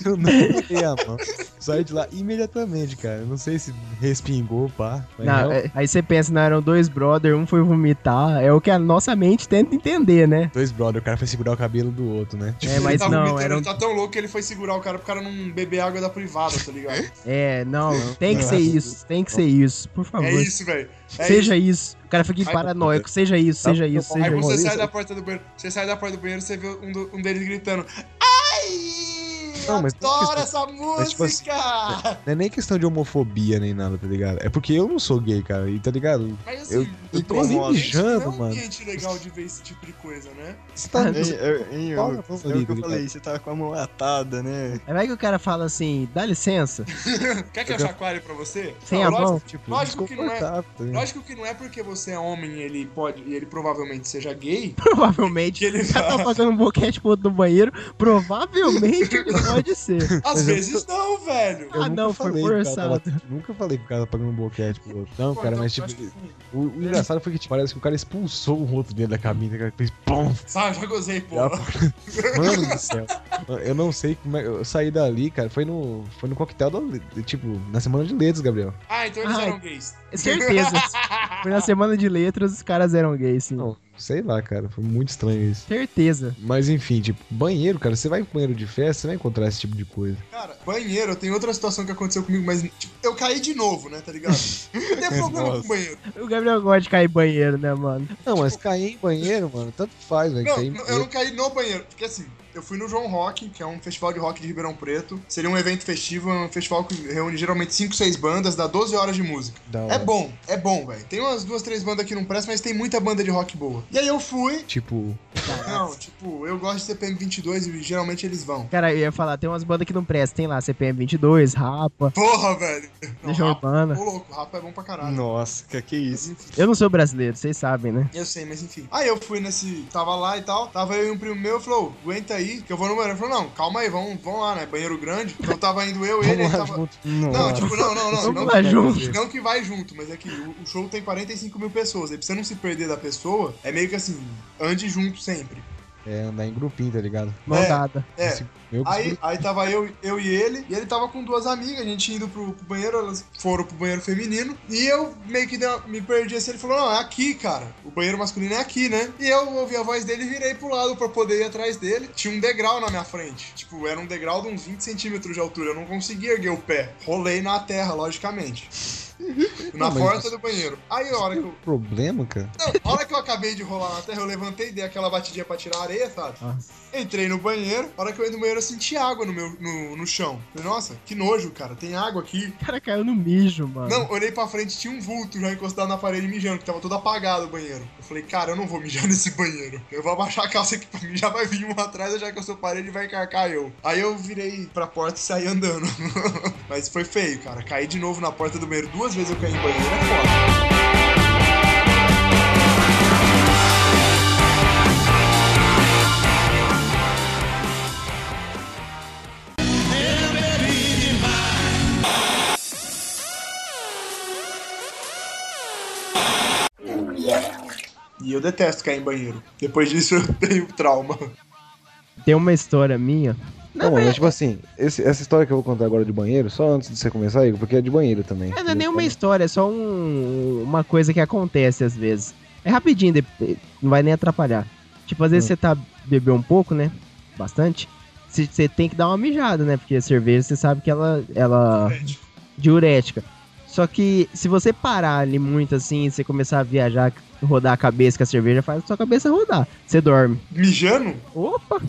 eu não, eu não botei a mão. Saí de lá imediatamente, cara. Eu não sei se respingou, pá. Mas
Não,
real-
é- aí você pensa, não, eram dois brother, um foi vomitar. É o que a nossa mente tenta entender, né?
Dois brother, o cara foi segurar o cabelo do outro, né?
É, mas
ele tá
não,
vomitando,
era um-
ele tá tão louco que ele foi segurar o cara pro cara não beber água da privada, tá ligado?
É, não, tem que ser isso, tem que ser isso, por favor.
É isso, velho. É
seja isso. O cara fica
Ai,
paranoico, seja isso, seja isso,
Aí
seja isso.
você
Maurício.
sai da porta do banheiro, você sai da porta do banheiro, você vê um, do- um deles gritando. Ai!
Não, mas não é
adoro
questão-
essa
mas, tipo
música!
assim- Não é nem questão de homofobia nem nada, tá ligado? É porque eu não sou gay, cara. E tá ligado?
Mas assim,
Eu-
eu
tô ali mijando,
não é um
mano.
ambiente legal de ver esse tipo de coisa, né?
Você
É,
tá.
Hein, eu- hein, eu-
Fala,
é o
favorito,
que eu
né,
falei, você tava com a mão atada, né?
Aí vai é que o cara fala assim, dá licença,
Quer que eu chacoalhe pra você?
sem
Não,
a
lógico-
mão.
tipo,
lógico que não é.
desconfortável, tá ligado?
Lógico que não é porque você é homem e ele pode e ele provavelmente seja gay que
Provavelmente.
ele
O cara tá fazendo um boquete pro outro no banheiro, provavelmente ele pode ser.
Às vezes não, velho.
Eu
Ah,
nunca
não, foi
falei que o cara tava-
forçado.
nunca falei que o cara tá pagando um boquete pro outro. Não,
Pô,
cara,
então,
mas
eu
tipo.
acho que sim.
O, o engraçado foi que tipo, parece que o cara expulsou o outro dentro da cabine, né, cara, fez pum,
Sabe, já gozei, pô.
Já mano do céu. Eu não sei como é que eu saí dali, cara. Foi no foi no coquetel do, tipo, na semana de letras, Gabriel.
Ah, então eles
Ai.
eram gays.
É Certeza. Foi na semana de letras, os caras eram gays, sim.
Não, sei lá, cara, foi muito estranho isso.
Certeza.
Mas enfim, tipo, banheiro, cara, você vai pro banheiro de festa, você vai encontrar esse tipo de coisa.
Cara, banheiro, tem outra situação que aconteceu comigo, mas tipo, eu caí de novo, né, tá ligado? Não tem problema com
Nossa.
banheiro.
O Gabriel gosta de cair em banheiro, né, mano?
Não, mas cair em banheiro, mano, tanto faz, velho.
Tipo, Não,
cair em
não, eu
banheiro.
não caí no banheiro, porque assim, eu fui no João Rock, que é um festival de rock de Ribeirão Preto. Seria um evento festivo, é um festival que reúne geralmente 5, 6 bandas, dá 12 horas de música.
Da
É
hora.
bom, é bom, velho. Tem umas duas, três bandas que não prestam, mas tem muita banda de rock boa. E aí eu fui.
Tipo,
Não, tipo, eu gosto de CPM 22 e geralmente eles vão.
Cara, eu ia falar, tem umas bandas que não prestam. Tem lá CPM 22, Rapa,
Porra, velho. Não,
Legião
Rapa,
Urbana.
ô louco, Rapa é bom pra caralho.
Nossa, que, que isso.
Eu não sou brasileiro, vocês sabem, né?
Eu sei, mas enfim. Aí eu fui nesse. Tava lá e tal. Tava eu e um primo meu falou: "Ô, aguenta aí, que eu vou no banheiro. Ele falou: não, calma aí, vamos, vamos lá, né? Banheiro grande. Então tava indo eu, ele,
vamos
ele
lá
tava.
junto.
Não, tipo, não, não, não.
Vamos
não
lá junto.
não que vai junto, mas é que o, o show tem 45 mil pessoas. Aí pra você não se perder da pessoa, é meio que assim, ande junto sempre.
É, andar em grupinho, tá ligado?
Mão
É.
dada.
É.
Esse- eu
Aí, aí tava eu, eu e ele, e ele tava com duas amigas, a gente indo pro, pro banheiro, elas foram pro banheiro feminino, e eu meio que deu- me perdi assim, ele falou, não, é aqui, cara, o banheiro masculino é aqui, né? E eu ouvi a voz dele e virei pro lado pra poder ir atrás dele, tinha um degrau na minha frente, tipo, era um degrau de uns 20 centímetros de altura, eu não conseguia erguer o pé, rolei na terra, logicamente. Na
mas-
porta do banheiro. Aí a hora que eu.
Problema, cara?
Não, a hora que eu acabei de rolar na terra, eu levantei, dei aquela batidinha pra tirar a areia, sabe? Entrei no banheiro, a hora que eu entrei no banheiro eu senti água no, meu, no, no chão. Falei, nossa, que nojo, cara, tem água aqui.
O cara caiu no mijo, mano.
Não, olhei pra frente, tinha um vulto já encostado na parede mijando, que tava todo apagado o banheiro. Eu falei, cara, eu não vou mijar nesse banheiro. Eu vou abaixar a calça aqui pra mim, já vai vir um atrás, já que eu sou parede e vai encarcar eu. Aí eu virei pra porta e saí andando. Mas foi feio, cara. Caí de novo na porta do banheiro. Duas vezes eu caí no banheiro, é foda. E eu detesto cair em banheiro. Depois disso eu tenho trauma.
Tem uma história minha.
Não, mas,
é.
tipo assim, esse- essa história que eu vou contar agora de banheiro, só antes de você começar, Igor, porque é de banheiro também.
É, não é nenhuma história, é só um- uma coisa que acontece às vezes. É rapidinho, dep- não vai nem atrapalhar. Tipo, às
Hum.
vezes você tá bebeu um pouco, né? Bastante. Você- Você tem que dar uma mijada, né? Porque a cerveja você sabe que ela, ela diurética. Só que se você parar ali muito assim, você começar a viajar, rodar a cabeça, que a cerveja faz a sua cabeça rodar. Você dorme.
Mijando?
Opa!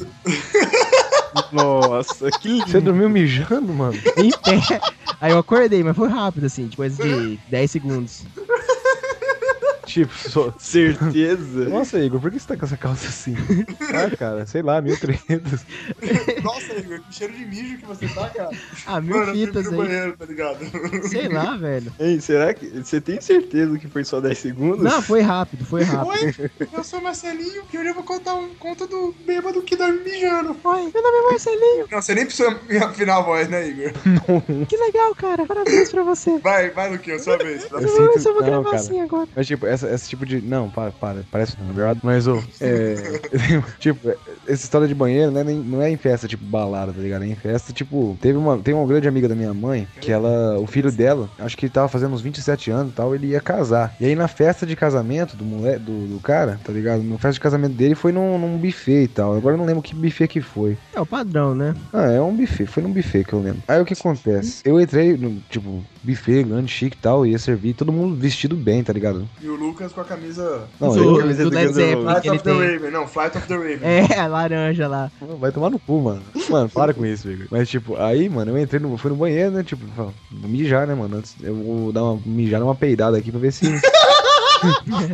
Nossa, que lindo.
Você dormiu mijando, mano?
Em pé. Aí eu acordei, mas foi rápido assim, depois de 10 segundos.
tipo, só...
Certeza.
Nossa, Igor, por que você tá com essa calça assim? Ah, cara, sei lá, mil trezentos.
Nossa, Igor, que cheiro de mijo que você tá, cara.
Ah, mil
Mano, eu
fitas
prefiro
aí.
banheiro, tá ligado?
Sei lá, velho.
Ei, será que. Você tem certeza que foi só 10 segundos?
Não, foi rápido, foi rápido.
Oi, eu sou Marcelinho e hoje eu vou contar um conto do bêbado que dorme mijando.
Oi, meu nome é Marcelinho.
Não, você nem precisa me afinar a voz, né, Igor?
Que legal, cara. Parabéns pra você.
Vai, vai, Luquinha, sua vez. tá?
Eu sinto-
Eu só vou
não,
gravar
cara.
assim agora.
Mas, tipo, essa, esse tipo de. Não, para, para. Parece um viado, mas ô. É. tipo, essa história de banheiro né, nem- não é em festa, tipo, balada, tá ligado? É em festa, tipo. Teve uma, tem uma grande amiga da minha mãe que ela. O filho dela, acho que ele tava fazendo uns 27 anos e tal, ele ia casar. E aí na festa de casamento do moleque, do, do cara, tá ligado? Na festa de casamento dele foi num, num buffet e tal. Agora eu não lembro que buffet que foi.
É o padrão, né?
Ah, é um buffet, foi num buffet que eu lembro. Aí o que acontece? Eu entrei no, tipo, buffet grande, chique e tal, ia servir, todo mundo vestido bem, tá ligado?
E o Lucas com a camisa
Não,
do,
eu,
camisa
do
do
Led
Guns N'
Zeppelin que
Flight
ele
of the
tem.
Raven. Não, Flight of the Raven.
É, a laranja lá.
Mano, Vai tomar no cu, mano. Mano, para com isso, Igor. Mas, tipo, aí, mano, eu entrei no. Fui no banheiro, né? Tipo, falo, vou mijar, né, mano? Antes eu vou dar uma mijar uma peidada aqui pra ver se.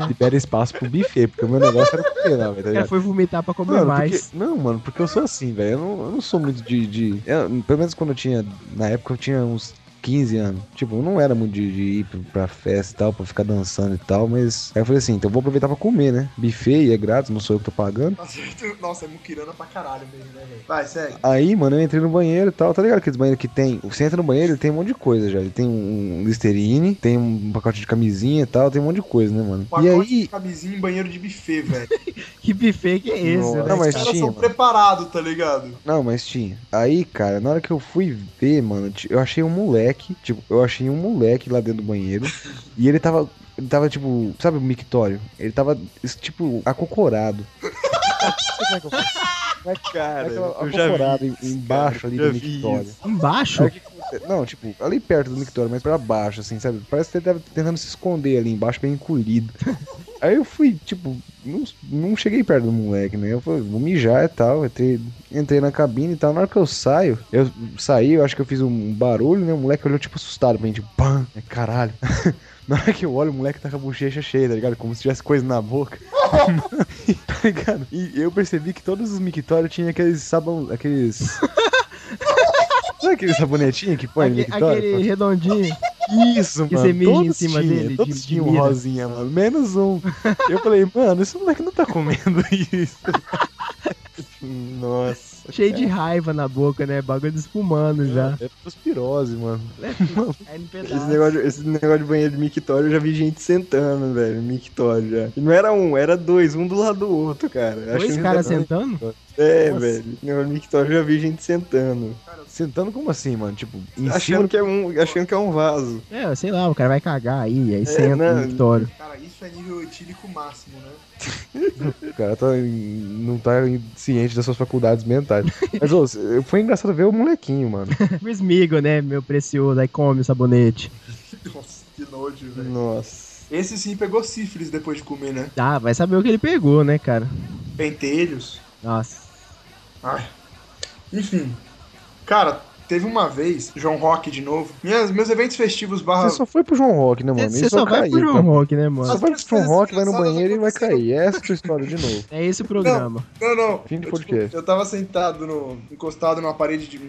libera espaço pro buffet, porque o meu negócio era peidar, velho, tá
O
ligado?
cara foi vomitar pra comer
Mano,
mais.
porque- não, mano, porque eu sou assim, velho. Eu não, eu não sou muito de. de- eu- pelo menos quando eu tinha. Na época eu tinha uns 15 anos. Tipo, eu não era muito de, de ir pra- pra festa e tal, pra ficar dançando e tal, mas. Aí eu falei assim, então eu vou aproveitar pra comer, né? Buffet e é grátis, não sou eu que tô pagando.
Tá certo? Nossa, é muquirana pra caralho mesmo, né, velho? Vai, segue.
Aí, mano, eu entrei no banheiro e tal. Tá ligado aqueles banheiros que tem. Você entra no banheiro, ele tem um monte de coisa já. Ele tem um Listerine, tem um pacote de camisinha e tal, tem um monte de coisa, né, mano? E
Pacote de
aí.
camisinha em banheiro de buffet, velho.
Que buffet que é esse,
Nossa.
né?
Não, mas
Os caras
tinha,
são
mano.
preparados, tá ligado?
Não, mas tinha. Aí, cara, na hora que eu fui ver, mano, ti- eu achei um moleque. Tipo, eu achei um moleque lá dentro do banheiro. e ele tava. Ele tava, tipo, sabe o mictório? Ele tava, es- tipo, acocorado.
Cara,
Aquela
eu já
acocorado
vi.
em- embaixo ali
já
do
vi
mictório.
Embaixo?
Não, tipo, ali perto do mictório, mas pra baixo, assim, sabe? Parece que ele tava tentando se esconder ali embaixo, bem encolhido. Aí eu fui, tipo, não, não cheguei perto do moleque, né? Eu falei, vou mijar e tal. Entrei, entrei na cabine e tal. Na hora que eu saio, eu saí, eu acho que eu fiz um barulho, né? O moleque olhou, tipo, assustado pra mim, tipo, pam, é caralho. Na hora que eu olho, o moleque tá com a bochecha cheia, tá ligado? Como se tivesse coisa na boca. tá ligado? E eu percebi que todos os mictórios tinham aqueles sabão. aqueles. Sabe aquele sabonetinho que põe no
Aque-
mictório?
aquele redondinho.
Isso,
Que
mano.
você mija em
todos
cima
tinha,
dele, de-
Todos
de
tinham
mira.
rosinha, mano. Menos um. Eu falei, mano, esse moleque não tá comendo isso.
Nossa.
Cheio de raiva na boca, né? Bagulho espumando já.
É prospirose, mano.
Aí no
Esse
pedaço.
negócio, esse negócio de banheiro de mictório, eu já vi gente sentando, velho. Mictório já. E não era um, era dois, um do lado do outro, cara.
Dois
Achei
caras
tá
legal.
sentando?
É,
Nossa.
velho. Negócio de mictório, eu já vi gente sentando.
Sentando como assim, mano? Tipo, em
Achando
cima.
que, é um, achando que é um vaso.
É, sei lá, o cara vai cagar aí,
É,
aí senta no
não.
mictório.
Cara, isso é nível etílico máximo, né?
O cara tá, em- não tá em- ciente das suas faculdades mentais. Mas, ô, foi engraçado ver o molequinho, mano.
O esmigo, né, meu precioso, aí come o sabonete.
Nossa, que Rodio, velho.
Nossa.
Esse sim pegou sífilis depois de comer, né?
Ah, vai saber o que ele pegou, né, cara?
Pentelhos.
Nossa.
Ai. Enfim. Cara, teve uma vez, João Rock de novo. Minhas, meus eventos festivos barra.
Você só foi pro João Rock, né, mano? Ele
Você só vai
caiu,
pro
cara.
João Rock, né,
Só
mano?
vai pro João Rock, vai no
Engraçado,
banheiro e vai
aconteceu.
cair. Essa é a história de novo.
É esse o programa.
Não, não.
Fim de
eu,
podcast.
tipo, eu tava sentado no. encostado numa parede de.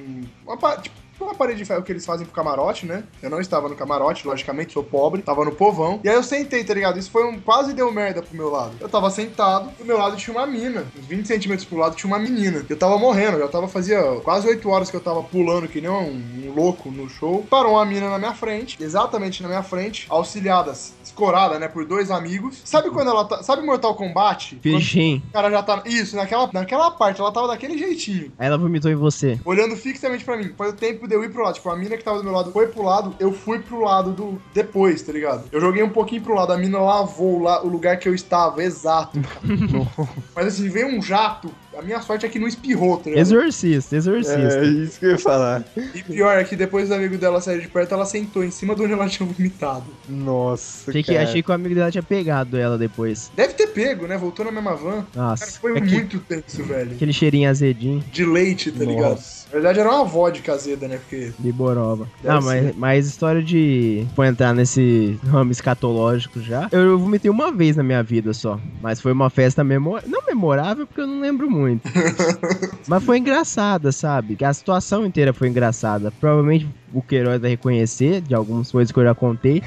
Uma, pa- tipo, uma parede de ferro que eles fazem pro camarote, né? Eu não estava no camarote, logicamente, sou pobre, tava no povão. E aí eu sentei, tá ligado? Isso foi um. quase deu merda pro meu lado. Eu tava sentado, do meu lado tinha uma mina. Uns 20 centímetros pro lado tinha uma menina. Eu tava morrendo, já tava fazia quase 8 horas que eu tava pulando que nem um, um louco no show. Parou uma mina na minha frente, exatamente na minha frente, auxiliada, escorada, né, por dois amigos. Sabe quando ela tá. Sabe Mortal Kombat? Quando-
Fechinho.
o cara já tá. Isso, naquela, naquela parte, ela tava daquele jeitinho.
Aí ela vomitou em você.
Olhando fixamente pra mim. Foi o tempo de eu ir pro lado. Tipo, a mina que tava do meu lado foi pro lado, eu fui pro lado do. Depois, tá ligado? Eu joguei um pouquinho pro lado, a mina lavou lá, o lugar que eu estava, exato. cara. Mas assim, veio um jato. A minha sorte é que não espirrou, tá ligado?
Exorcista,
É
exorcista.
isso que eu ia falar.
E pior é que depois do amigo dela sair de perto, ela sentou em cima de onde ela tinha vomitado.
Nossa,
Achei que,
cara.
achei que o amigo dela tinha pegado ela depois.
Deve ter pego, né? Voltou na mesma van. Cara,
Nossa.
foi
aqui-
muito tenso, velho.
Aquele cheirinho azedinho
De leite, tá ligado?
Nossa.
Na verdade era uma vodka azeda, né? Porque
de boroba.
Deve
Não, mas, mas história de. Vou entrar nesse ramo escatológico já. Eu vomitei uma vez na minha vida só. Mas foi uma festa memorável. Não memorável, porque eu não lembro muito. mas foi engraçada, sabe? Que A situação inteira foi engraçada. Provavelmente o Queiroz vai reconhecer de algumas coisas que eu já contei.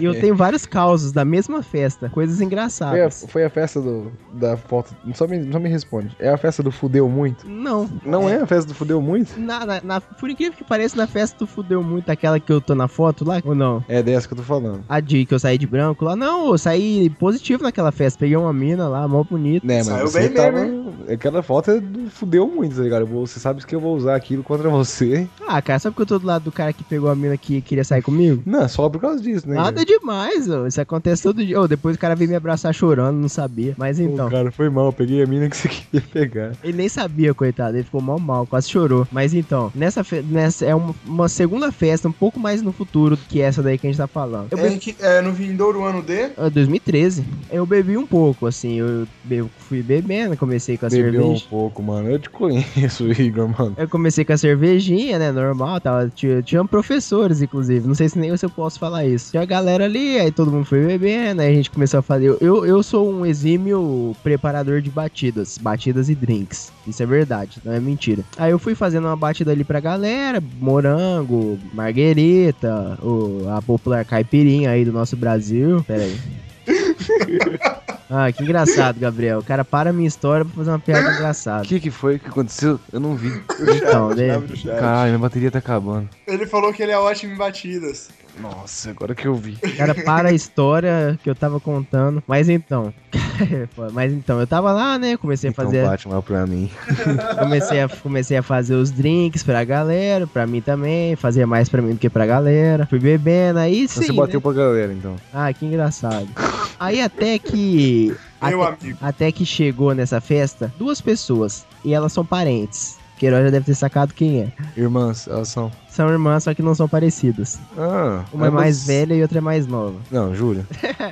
e eu tenho vários causos da mesma festa. Coisas
Foi a,
engraçadas.
foi a festa do, da foto. Só me, só me responde. É a festa do Fudeu Muito?
Não,
Não é a festa do Fudeu Muito?
Na, na- na- por incrível que pareça, na festa tu fudeu muito aquela que eu tô na foto lá, ou não?
É dessa que eu tô falando.
A de que eu saí de branco lá. Não, eu saí positivo naquela festa. Peguei uma mina lá, mó bonita.
Né, mas
Saiu
você
bem
tava... Aquela foto é do Fudeu Muito, tá ligado? Você sabe que eu vou usar aquilo contra você.
Ah, cara, só porque eu tô do lado do cara que pegou a mina que queria sair comigo?
Não, é só por causa disso, né?
Nada demais, ô. isso acontece todo dia. Ô, depois o cara veio me abraçar chorando, não sabia. Mas
Pô,
então,
cara, foi mal. Eu peguei a mina que você queria pegar.
ele nem sabia, coitado. Ele ficou mal, mal, quase chorou. Mas então, nessa, fe- nessa é uma, uma segunda festa, um pouco mais no futuro do que essa daí que a gente tá falando. Eu
É, em que- é, no vindouro ano D.
Ah, 2013. Eu bebi um pouco, assim, eu be- fui bebendo, comecei com a
Bebeu um
cerveja.
pouco, mano. Eu te conheço, Igor, mano.
Eu comecei com a cervejinha, né? Normal, tava, tinha, tinha professores, inclusive. Não sei se nem eu, se eu posso falar isso. Tinha a galera ali, aí todo mundo foi bebendo, aí a gente começou a fazer. Eu- Eu, eu sou um exímio preparador de batidas, batidas e drinks. Isso é verdade, não é mentira. Aí eu fui fazendo uma batida ali pra galera: morango, marguerita, o- a popular caipirinha aí do nosso Brasil. Pera aí. Ah, que engraçado, Gabriel. O cara para a minha história pra fazer uma piada engraçada.
O que, que foi que aconteceu? Eu não vi.
Então,
É,
né?
Abre o chat.
Caralho, minha bateria tá acabando.
Ele falou que ele é ótimo em batidas.
Nossa, agora que eu vi.
O cara para a história que eu tava contando. Mas então. Mas então, eu tava lá, né? Comecei a fazer.
Então bate mal pra mim.
comecei, a, comecei a fazer os drinks pra galera, pra mim também. Fazia mais pra mim do que pra galera. Fui bebendo, aí sim.
Você bateu
né?
pra galera, então.
Ah, que engraçado. Aí até que.
Meu
até,
amigo.
até que chegou nessa festa duas pessoas. E elas são parentes. Queiroz já deve ter sacado quem é.
Irmãs, elas são.
São irmãs, só que não são parecidas.
Ah,
Uma é
elas-
mais velha e outra é mais nova.
Não, jura.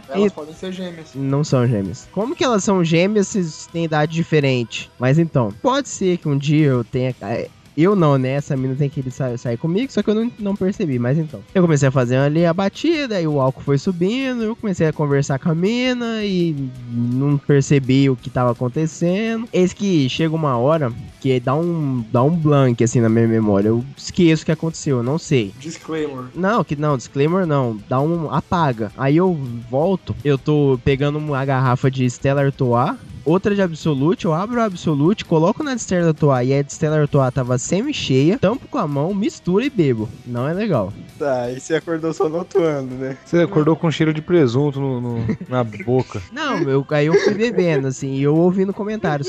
Elas podem ser gêmeas.
Não são gêmeas. Como que elas são gêmeas se têm idade diferente? Mas então, pode ser que um dia eu tenha. ah, Eu não, né? Essa mina tem que sa- sair comigo, só que eu não, não percebi, mas então. Eu comecei a fazer ali a batida, aí o álcool foi subindo, eu comecei a conversar com a mina e não percebi o que tava acontecendo. Eis que chega uma hora que dá um, dá um blank assim na minha memória. Eu esqueço o que aconteceu, eu não sei.
Disclaimer.
Não, que não, disclaimer não. Dá um. apaga. Aí eu volto, eu tô pegando uma garrafa de Stella Artois, outra de Absolute, eu abro a Absolute, coloco na de Stella Artois e a de Stella Artois tava semi-cheia, tampo com a mão, misturo e bebo. Não é legal.
Tá, e você acordou só notuando, né?
Você acordou com um cheiro de presunto no- no- na boca.
Não, eu, aí eu fui bebendo, assim, e eu ouvindo comentários.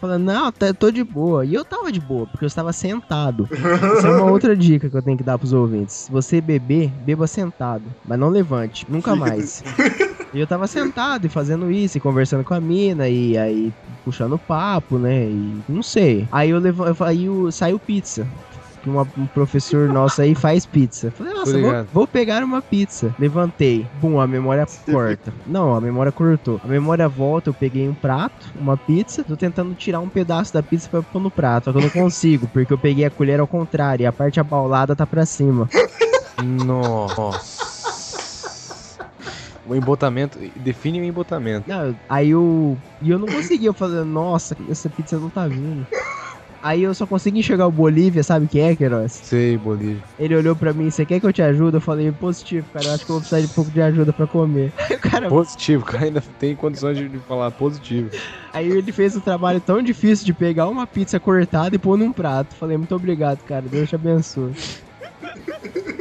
Falando, não, tá- tô de boa. E eu tava de boa, porque eu estava sentado. Essa é uma outra dica que eu tenho que dar pros ouvintes. Se você beber, beba sentado. Mas não levante, nunca mais. E eu tava sentado e fazendo isso, e conversando com a mina, e aí puxando papo, né? E não sei. Aí eu levo, eu- aí o- saiu pizza. que uma- um professor nosso aí faz pizza. Falei, nossa, vou,
ligado.
vou pegar uma pizza. Levantei. Bum, a memória corta. Não, a memória cortou. A memória volta, eu peguei um prato, uma pizza. Tô tentando tirar um pedaço da pizza pra pôr no prato. Só que eu não consigo, porque eu peguei a colher ao contrário. E a parte abaulada tá pra cima.
Nossa. O embotamento. Define o embotamento.
Não, aí eu. E eu não conseguia fazer. Nossa, essa pizza não tá vindo. Aí eu só consegui enxergar o Bolívia, sabe quem é, Queiroz?
Sei, Bolívia.
Ele olhou pra mim, você quer que eu te ajude? Eu falei, positivo, cara, eu acho que eu vou precisar de um pouco de ajuda pra comer. Aí, o cara,
Positivo, o cara ainda tem condições de de falar positivo.
aí ele fez um trabalho tão difícil de pegar uma pizza cortada e pôr num prato. Falei, muito obrigado, cara, Deus te abençoe.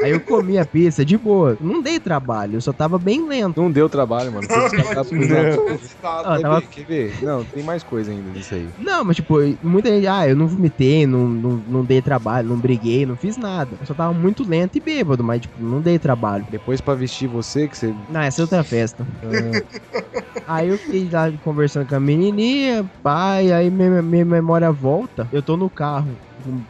Aí eu comi a pizza de boa, não dei trabalho, eu só tava bem lento.
Não deu trabalho, mano. Todos os
Tá
caras
Ótimo,
cozinharam.
resultado.
Ah,
Quer
tava-
ver? Quer ver? Não, tem mais coisa ainda nisso aí.
Não, mas tipo, muita gente, ah, eu não vomitei, não, não, não dei trabalho, não briguei, não fiz nada. Eu só tava muito lento e bêbado, mas tipo, não dei trabalho.
Depois pra vestir você, que você.
Não, essa é outra festa. É. aí eu fiquei lá conversando com a menininha, pai, aí minha, minha memória volta. Eu tô no carro,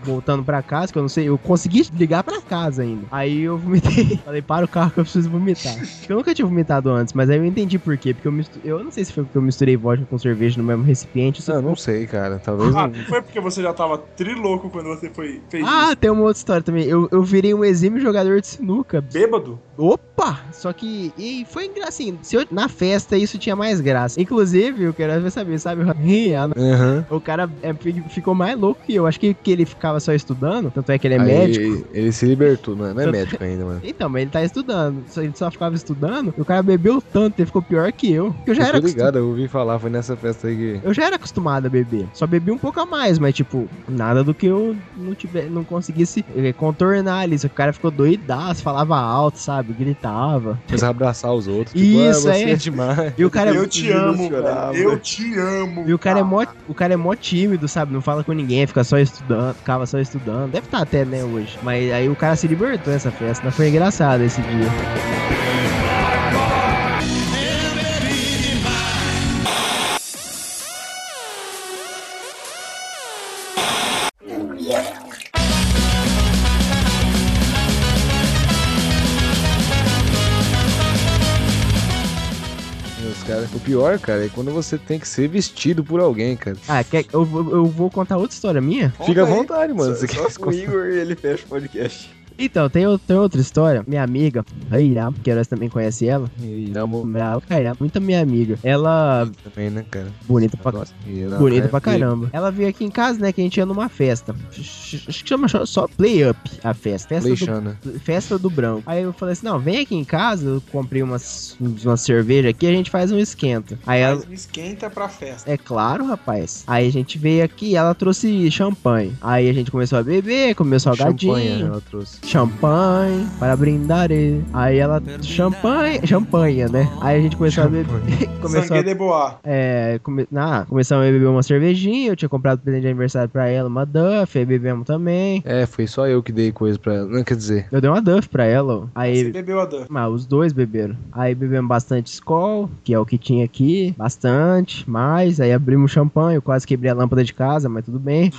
voltando pra casa, que eu não sei, eu consegui ligar pra casa ainda. Aí eu vomitei. Falei, para o carro que eu preciso vomitar. Eu nunca tinha vomitado antes, mas aí eu entendi por quê. Porque eu mistu... Eu não sei se foi porque eu misturei vodka com cerveja no mesmo recipiente. Isso
Ah, não sei, cara. Talvez
Ah,
não.
foi porque você já tava triloco quando você foi fez
Ah, tem uma outra história também. Eu, eu virei um exímio jogador de sinuca.
isso. Bêbado?
Opa! Só que. E foi engra- assim. Se eu- na festa isso tinha mais graça. Inclusive, eu quero ver saber, sabe? o Rafinha?
Aham.
O cara é, fi- ficou mais louco que eu. Acho que, que ele ficava só estudando, tanto é que ele é
Aí
médico.
Ele se libertou, não é, não é
Tanto-
médico ainda, mano.
Então, mas ele tá estudando. Só- Ele só ficava estudando. E o cara bebeu tanto, ele ficou pior que eu. Eu já
Eu
era
tô
acostumado.
ligado, eu ouvi falar, foi nessa festa aí que.
Eu já era acostumado a beber. Só bebi um pouco a mais, mas, tipo, nada do que eu não tiver, não conseguisse eh, contornar ali. Só que O cara ficou doidaço, falava alto, sabe? Gritava.
Começava a abraçar os outros.
Isso,
ah, você
é.
é demais.
E o cara
eu te amo,
chorava.
tá,
velho. Eu Ah. te amo.
E o cara, é mó, o cara é mó tímido, sabe? Não fala com ninguém, fica só estudando, ficava só estudando. Deve estar até, né, hoje. Mas aí o cara se libertou nessa festa, mas foi engraçado esse dia.
Os caras- O pior, cara, é quando você tem que ser vestido por alguém, cara.
Ah, quer, eu, vou- eu vou contar outra história minha?
Conta
Fica à
aí.
vontade, mano.
Só-
Você quer
só com o Igor ele fecha o podcast.
Então, tem, o- tem outra história. Minha amiga, a Irá, que nós também conhece ela.
E amor
Brava, cara, muito minha amiga. Ela,
também, né, cara?
bonita pra
Nossa, e ela-
Bonita Tá pra
é,
caramba. Ela veio aqui em casa, né? Que a gente ia numa festa. Acho que chama só Play Up a festa. Festa do,
Leixana.
festa do Branco. Aí eu falei assim: não, vem aqui em casa, eu comprei umas, uma cerveja aqui, a gente faz um esquenta. Aí ela.
Mas me esquenta pra festa.
É claro, rapaz. Aí a gente veio aqui ela trouxe champanhe. Aí a gente começou a beber, comeu salgadinho.
Champanhe né, ela trouxe.
Champanhe para brindar. Aí ela. Champanhe. Champanhe, né? Aí a gente começou a
Champanhe.
beber. começou a
Sangue de boa.
é, come... ah, começamos a beber uma cervejinha, eu tinha comprado presente de aniversário pra ela, uma Duff, aí bebemos também.
É, foi só eu que dei coisa pra ela. Não, quer dizer,
Eu dei uma Duff pra ela, ó.
Você
aí...
bebeu a dan.
Mas os dois beberam. Aí bebemos bastante Skol, que é o que tinha aqui, bastante, mais. Aí abrimos champanhe, eu quase quebrei a lâmpada de casa, mas tudo bem.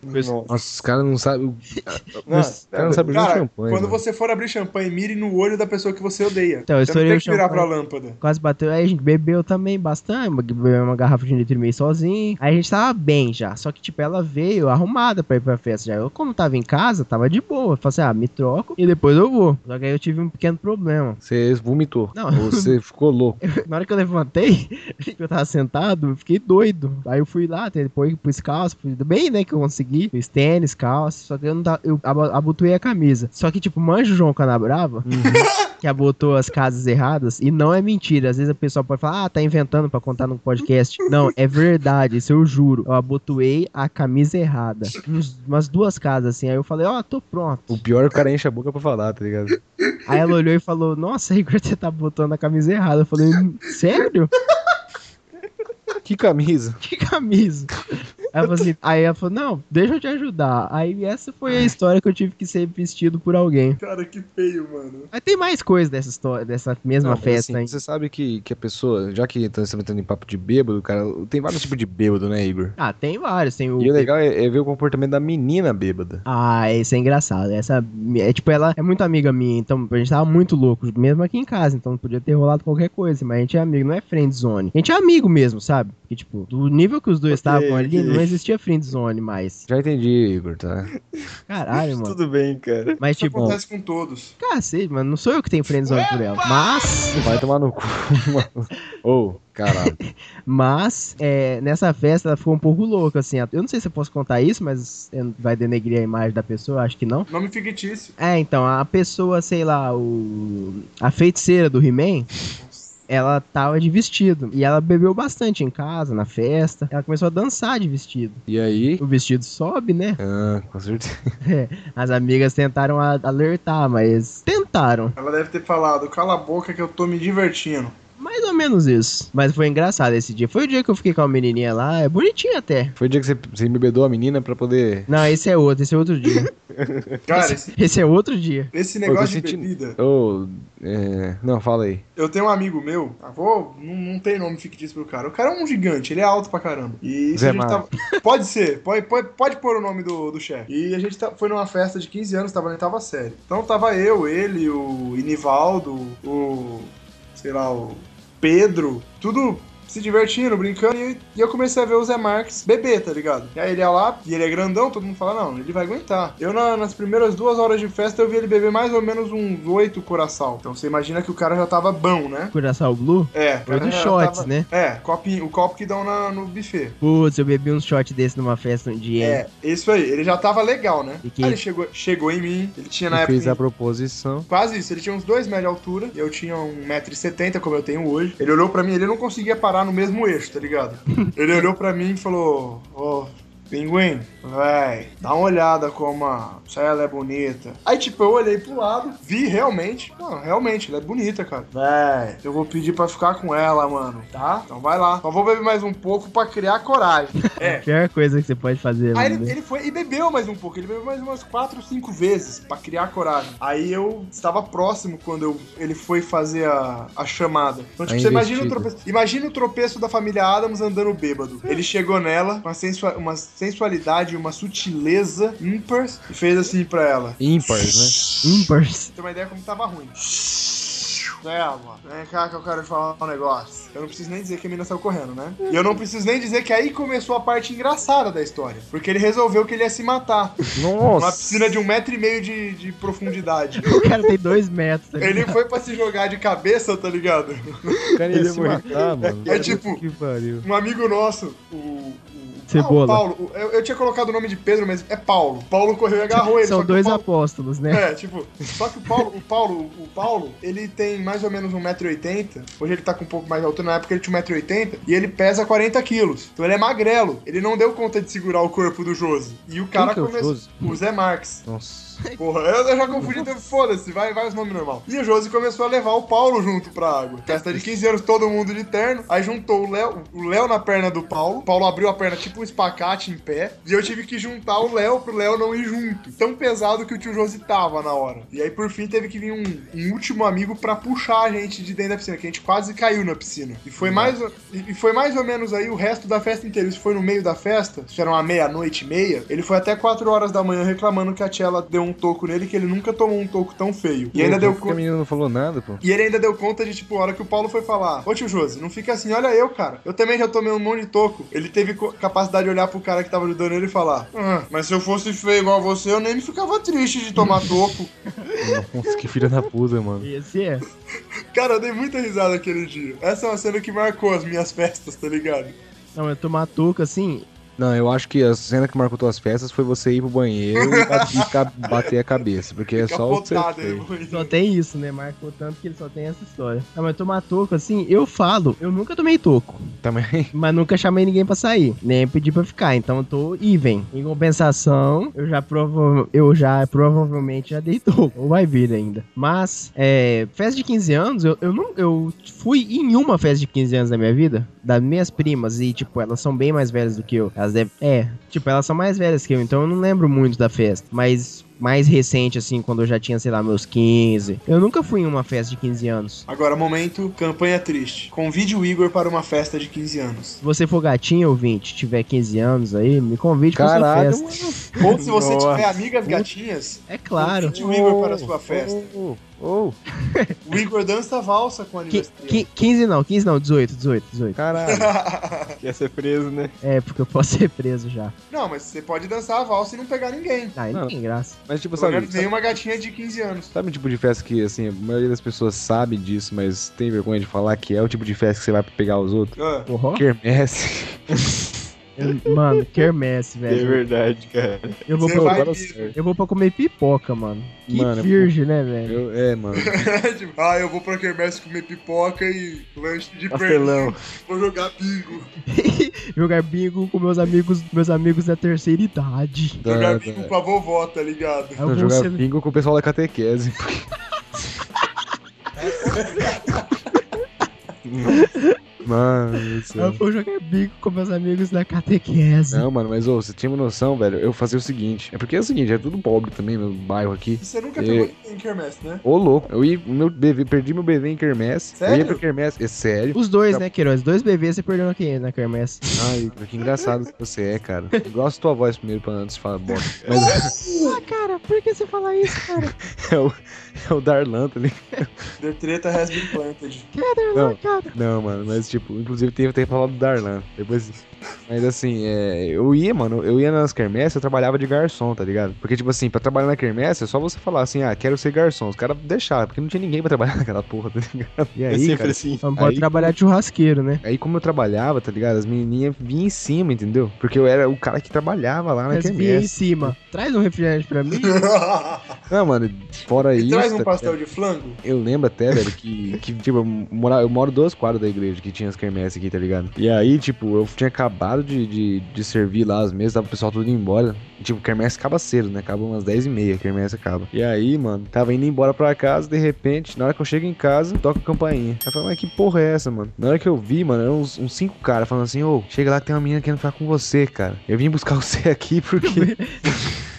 Nossa.
nossa, os caras não sabem. Os
Nossa,
caras não sabem nem
Cara,
champanhe.
quando
mano.
você for abrir champanhe, mire no olho da pessoa que você odeia.
Então, eu
você não
estourei
tem
o
que virar pra
champanhe.
lâmpada.
Quase bateu, aí a gente bebeu também bastante, bebeu uma garrafa de um litro e meio sozinho. Aí a gente tava bem já, só que tipo, ela veio arrumada pra ir pra festa já. Eu, como tava em casa, tava de boa. Eu falei assim, ah, me troco e depois eu vou. Só que aí eu tive um pequeno problema.
Você vomitou.
Não.
Você ficou louco.
Na hora que eu levantei, que eu tava sentado, eu fiquei doido. Aí eu fui lá, até depois pus calça, fui bem, né, que eu consegui. Fiz tênis, calça, só que eu não tava, eu abo- abotoei a camisa. Só que, tipo, manja o João Canabrava, que abotou as casas erradas, e não é mentira. Às vezes a pessoa pode falar, ah, tá inventando pra contar no podcast. Não, é verdade, isso eu juro. Eu abotoei a camisa errada. Uns- umas duas casas, assim. Aí eu falei, ó, tô pronto.
O pior é o cara enche a boca pra falar, tá ligado?
Aí ela olhou e falou: Nossa, Igor, você tá botando a camisa errada. Eu falei: Sério?
Que camisa.
Que camisa? Ela falou assim- aí ela falou, não, deixa eu te ajudar. Aí essa foi a história que eu tive que ser vestido por alguém.
Cara, que feio, mano.
Mas tem mais coisa dessa história, dessa mesma
Não, mas
festa,
assim,
hein?
Você sabe que, que a pessoa, já que estamos entrando em papo de bêbado, cara, tem vários tipos de bêbado, né, Igor?
Ah, tem vários. Tem o.
E o legal é, é ver o comportamento da menina bêbada.
Ah, isso é engraçado. Essa. É tipo, ela é muito amiga minha, então a gente tava muito louco, mesmo aqui em casa, então podia ter rolado qualquer coisa, mas a gente é amigo, não é friend zone. A gente é amigo mesmo, sabe? Porque, tipo, do nível que os dois estavam ali, não existia friend zone mais.
Já entendi, Igor, tá?
Caralho, mano.
Tudo bem, cara.
Mas,
Isso
tipo,
acontece com todos.
cacete, mano, não sou eu que tenho friend zone por ela. Mas.
Vai tomar no cu, mano. Ô, caralho.
Mas, é, nessa festa ela ficou um pouco louca, assim. Eu não sei se eu posso contar isso, mas eu- vai denegrir a imagem da pessoa, acho que não.
Nome fictício.
É, então, a pessoa, sei lá, o. A feiticeira do He-Man. Ela tava de vestido. E ela bebeu bastante em casa, na festa. Ela começou a dançar de vestido.
E aí?
O vestido sobe, né?
Ah, com certeza.
As amigas tentaram a- alertar, mas. Tentaram.
Ela deve ter falado, cala a boca que eu tô me divertindo.
Mais ou menos isso. Mas foi engraçado esse dia. Foi o dia que eu fiquei com a menininha lá. É bonitinha até.
Foi o dia que você, você me bedou a menina pra poder.
Não, esse é outro, esse é outro dia.
Cara, esse,
Esse é outro dia.
esse
Pô, eu
negócio de
senti-
bebida.
Ô, é... Não, fala aí.
Eu tenho um amigo meu, avô, não, não tem nome fictício pro cara. O cara é um gigante, ele é alto pra caramba. E isso
Zé
a gente
Mário.
tava. Pode ser, pode, pode, pode pôr o nome do, do chefe. E a gente tá- foi numa festa de 15 anos, tava na oitava série. Então tava eu, ele, o Inivaldo, o. sei lá, o Pedro, tudo. Se divertindo, brincando, e e eu comecei a ver o Zé Marques beber, tá ligado? E aí ele ia lá, e ele é grandão, todo mundo fala, não, ele vai aguentar. Eu, na- nas primeiras duas horas de festa, eu vi ele beber mais ou menos uns oito coração. Então você imagina que o cara já tava bom, né?
Curaçao Blue.
É,
Foi
cara,
dos shots,
tava-
né?
É, copinho, o copo que dão na- no buffet.
Putz, eu bebi um shot desse numa festa um dia. hein?
É, isso aí. Ele já tava legal, né?
E que-
Aí ele chegou, chegou em mim, ele tinha na
E fez
época...
a proposição.
Quase isso, ele tinha uns 2 metros de altura, eu tinha 1,70m, como eu tenho hoje. Ele olhou pra mim, ele não conseguia parar no mesmo eixo, tá ligado? ele olhou pra mim e falou: Ô, pinguim, véi, dá uma olhada como a... se ela é bonita. Aí, tipo, eu olhei pro lado, vi realmente, mano, realmente, ela é bonita, cara. Véi, eu vou pedir pra ficar com ela, mano, tá? Então vai lá. Só vou beber mais um pouco pra criar coragem. é.
Pior coisa que você pode fazer,
Aí
mano. é
ele, ele foi e bebeu mais um pouco. Ele bebeu mais umas 4, 5 vezes pra criar coragem. Aí eu estava próximo quando eu- ele foi fazer a, a chamada. Então, tipo,
A
você imagina o,
investida.
tropeço, imagina o tropeço da família Adams andando bêbado. Ele chegou nela com a sensua- uma sensualidade, uma sutileza ímpars e fez assim pra ela.
Ímpares,
Ímpars.
Tem uma ideia como tava ruim. Selma, vem cá que eu quero te falar um negócio. Eu não preciso nem dizer que a mina saiu correndo, né? E eu não preciso nem dizer que aí começou a parte engraçada da história. Porque ele resolveu que ele ia se matar.
né?
Uma
Nossa!
piscina de um metro e meio de, de profundidade.
O cara tem dois metros. tá ligado?
Ele foi pra se jogar de cabeça, tá ligado?
O cara ia
assim,
Ele
se
morreu.
matar, mano.
É tipo-
Que pariu.
Um amigo nosso, o. o-
Cebola.
Ah, o Paulo. Eu, eu tinha colocado o nome de Pedro, mas é Paulo. Paulo correu e agarrou ele. só
São
que o
dois
Paulo-
apóstolos, né?
É, tipo, só que o Paulo, o Paulo, o Paulo, ele tem mais ou menos 1,80m. Hoje ele tá com um pouco mais de altura, na época ele tinha 1,80m e ele pesa 40 quilos. Então ele é magrelo. Ele não deu conta de segurar o corpo do Josi. E o cara
que é o
começou.
Josi?
O Zé Marques.
Nossa.
Porra, eu, eu já confundi, então foda-se, vai, vai os nomes normal. E o Josi começou a levar o Paulo junto pra água. Festa de 15 anos, todo mundo de terno. Aí juntou o Léo, o Léo na perna do Paulo. O Paulo abriu a perna tipo um espacate em pé. E eu tive que juntar o Léo pro Léo não ir junto. Tão pesado que o tio Josi tava na hora. E aí por fim teve que vir um, um último amigo pra puxar a gente de dentro da piscina, que a gente quase caiu na piscina. E foi mais, o- e e foi mais ou menos aí o resto da festa inteira. Isso foi no meio da festa, isso era uma meia-noite e meia. Ele foi até 4 horas da manhã reclamando que a tia ela deu um toco nele, que ele nunca tomou um toco tão feio. E ainda deu
Por que a
conta.
menina não falou nada, pô.
E ele ainda deu conta de, tipo, a hora que o Paulo foi falar: Ô tio Josi, não fica assim, olha eu, cara. Eu também já tomei um monte de toco. Ele teve co- capacidade de olhar pro cara que tava ajudando ele e falar: "Ah, Mas se eu fosse feio igual a você, eu nem me ficava triste de tomar toco.
Nossa, que filha da puta, mano.
Esse é.
Cara, eu dei muita risada aquele dia. Essa é uma cena que marcou as minhas festas, tá ligado?
Não, eu tomar touca assim.
Não, eu acho que a cena que marcou tuas festas foi você ir pro banheiro e ba- e ca- bater a cabeça, porque é só o que você
Capotado,
fez.
hein,
Só tem isso, né? Marcou tanto que ele só tem essa história. Não, mas tomar toco assim, eu falo. Eu nunca tomei toco.
também.
Mas nunca chamei ninguém pra sair, nem pedi pra ficar, então eu tô even. Em compensação, eu já, prova eu já provavelmente já deitou, ou vai vir ainda. Mas, é, festa de 15 anos, eu, eu não eu fui em uma festa de 15 anos da minha vida, das minhas primas, e tipo, elas são bem mais velhas do que eu. Elas devem, é, tipo, elas são mais velhas que eu, então eu não lembro muito da festa, mas mais recente, assim, quando eu já tinha, sei lá, meus 15. Eu nunca fui em uma festa de 15 anos.
Agora, momento, campanha triste. Convide o Igor para uma festa de 15 anos.
Se você for gatinho, ouvinte, tiver 15 anos aí, me convide pra sua
Caralho,
festa.
Ou se você
Nossa.
tiver amigas gatinhas,
É claro.
convide o Igor para a sua festa.
Oh, oh,
O Igor dança valsa com a
Que,
aniversário.
que, 15 não, 15 não, 18, 18, 18.
caralho.
Quer ser preso, né?
É, porque eu posso ser preso já.
Não, mas você pode dançar a valsa e não pegar ninguém.
Ah, não
Não.
tem graça.
Mas, tipo,
Pelo
sabe,
menos
sabe,
nenhuma gatinha de 15 anos.
sabe o tipo de festa que, assim, a maioria das pessoas sabe disso, mas tem vergonha de falar que é o tipo de festa que você vai pra pegar os outros?
Ah,
Porra?
Quermesse.
Eu- Mano, quermesse,
É
velho.
verdade, cara.
Eu vou,
Você
pra,
vai-
Agora sério.
eu vou pra comer pipoca, mano. Que
Mano, é
virgem, né, velho?
Eu, é, mano.
Tipo, ah, eu vou pra quermesse comer pipoca e lanche de
Pastelão.
pernil. Vou jogar bingo.
Jogar bingo com meus amigos, meus amigos da terceira idade.
Da-
jogar
da-
bingo com a vovó, tá ligado?
Aí eu
Não,
vou
jogar
ser-
bingo com o pessoal da catequese. Mano do
Eu
céu.
vou jogar bico com meus amigos da catequese.
Não, mano, mas ô, você tinha uma noção, velho. Eu fazia o seguinte. É porque é o seguinte, é tudo pobre também, meu bairro aqui.
E Você nunca
E-
pegou ninguém em quermesse, né?
Ô, louco. Eu ia, meu bebê, perdi meu bebê em quermesse. Eu
Sério?
ia pra quermesse. É sério.
Os dois, né, Queiroz? Dois bebês você perdeu aqui na quermesse.
Ai, que engraçado que você é, cara. Eu gosto da tua voz primeiro pra antes de falar bosta. Mas
Ah, cara, por que você fala isso, cara?
é o Darlan, tá ligado?
The treta has been planted.
Não.
cara.
Não, mano, mas tipo, inclusive teve até falado do Darlan. Depois. Mas assim, é, eu ia, mano, eu ia nas quermesses, eu trabalhava de garçom, tá ligado? Porque, tipo assim, pra trabalhar na quermesse, é só você falar assim, ah, quero ser garçom. Os caras deixaram, porque não tinha ninguém pra trabalhar naquela porra, tá ligado? E
É
aí,
sempre
cara,
assim.
Não pode
Aí-
trabalhar de churrasqueiro, né?
aí como eu trabalhava, tá ligado? As menininhas vinham em cima, entendeu? Porque eu era o cara que trabalhava lá na
Mas vinha em
quermesse.
cima. Traz um refrigerante pra mim.
Não, Ah, mano, fora
E
isso.
traz um
tá
pastel de flango?
Eu lembro até, velho, que, que tipo, eu, mora, eu moro duas quadras da igreja que tinha as quermesses aqui, tá ligado? E aí, tipo, eu tinha acabado de, de, de servir lá as mesas, tava o pessoal tudo indo embora. E, tipo, quermesse acaba cedo, né? Acaba umas 10 e meia, a quermesse acaba. E aí, mano, tava indo embora pra casa, de repente, na hora que eu chego em casa, toca a campainha. Aí eu falei, mas que porra é essa, mano? Na hora que eu vi, mano, eram uns, uns cinco caras falando assim, ô, chega lá que tem uma menina querendo falar com você, cara. Eu vim buscar você aqui porque...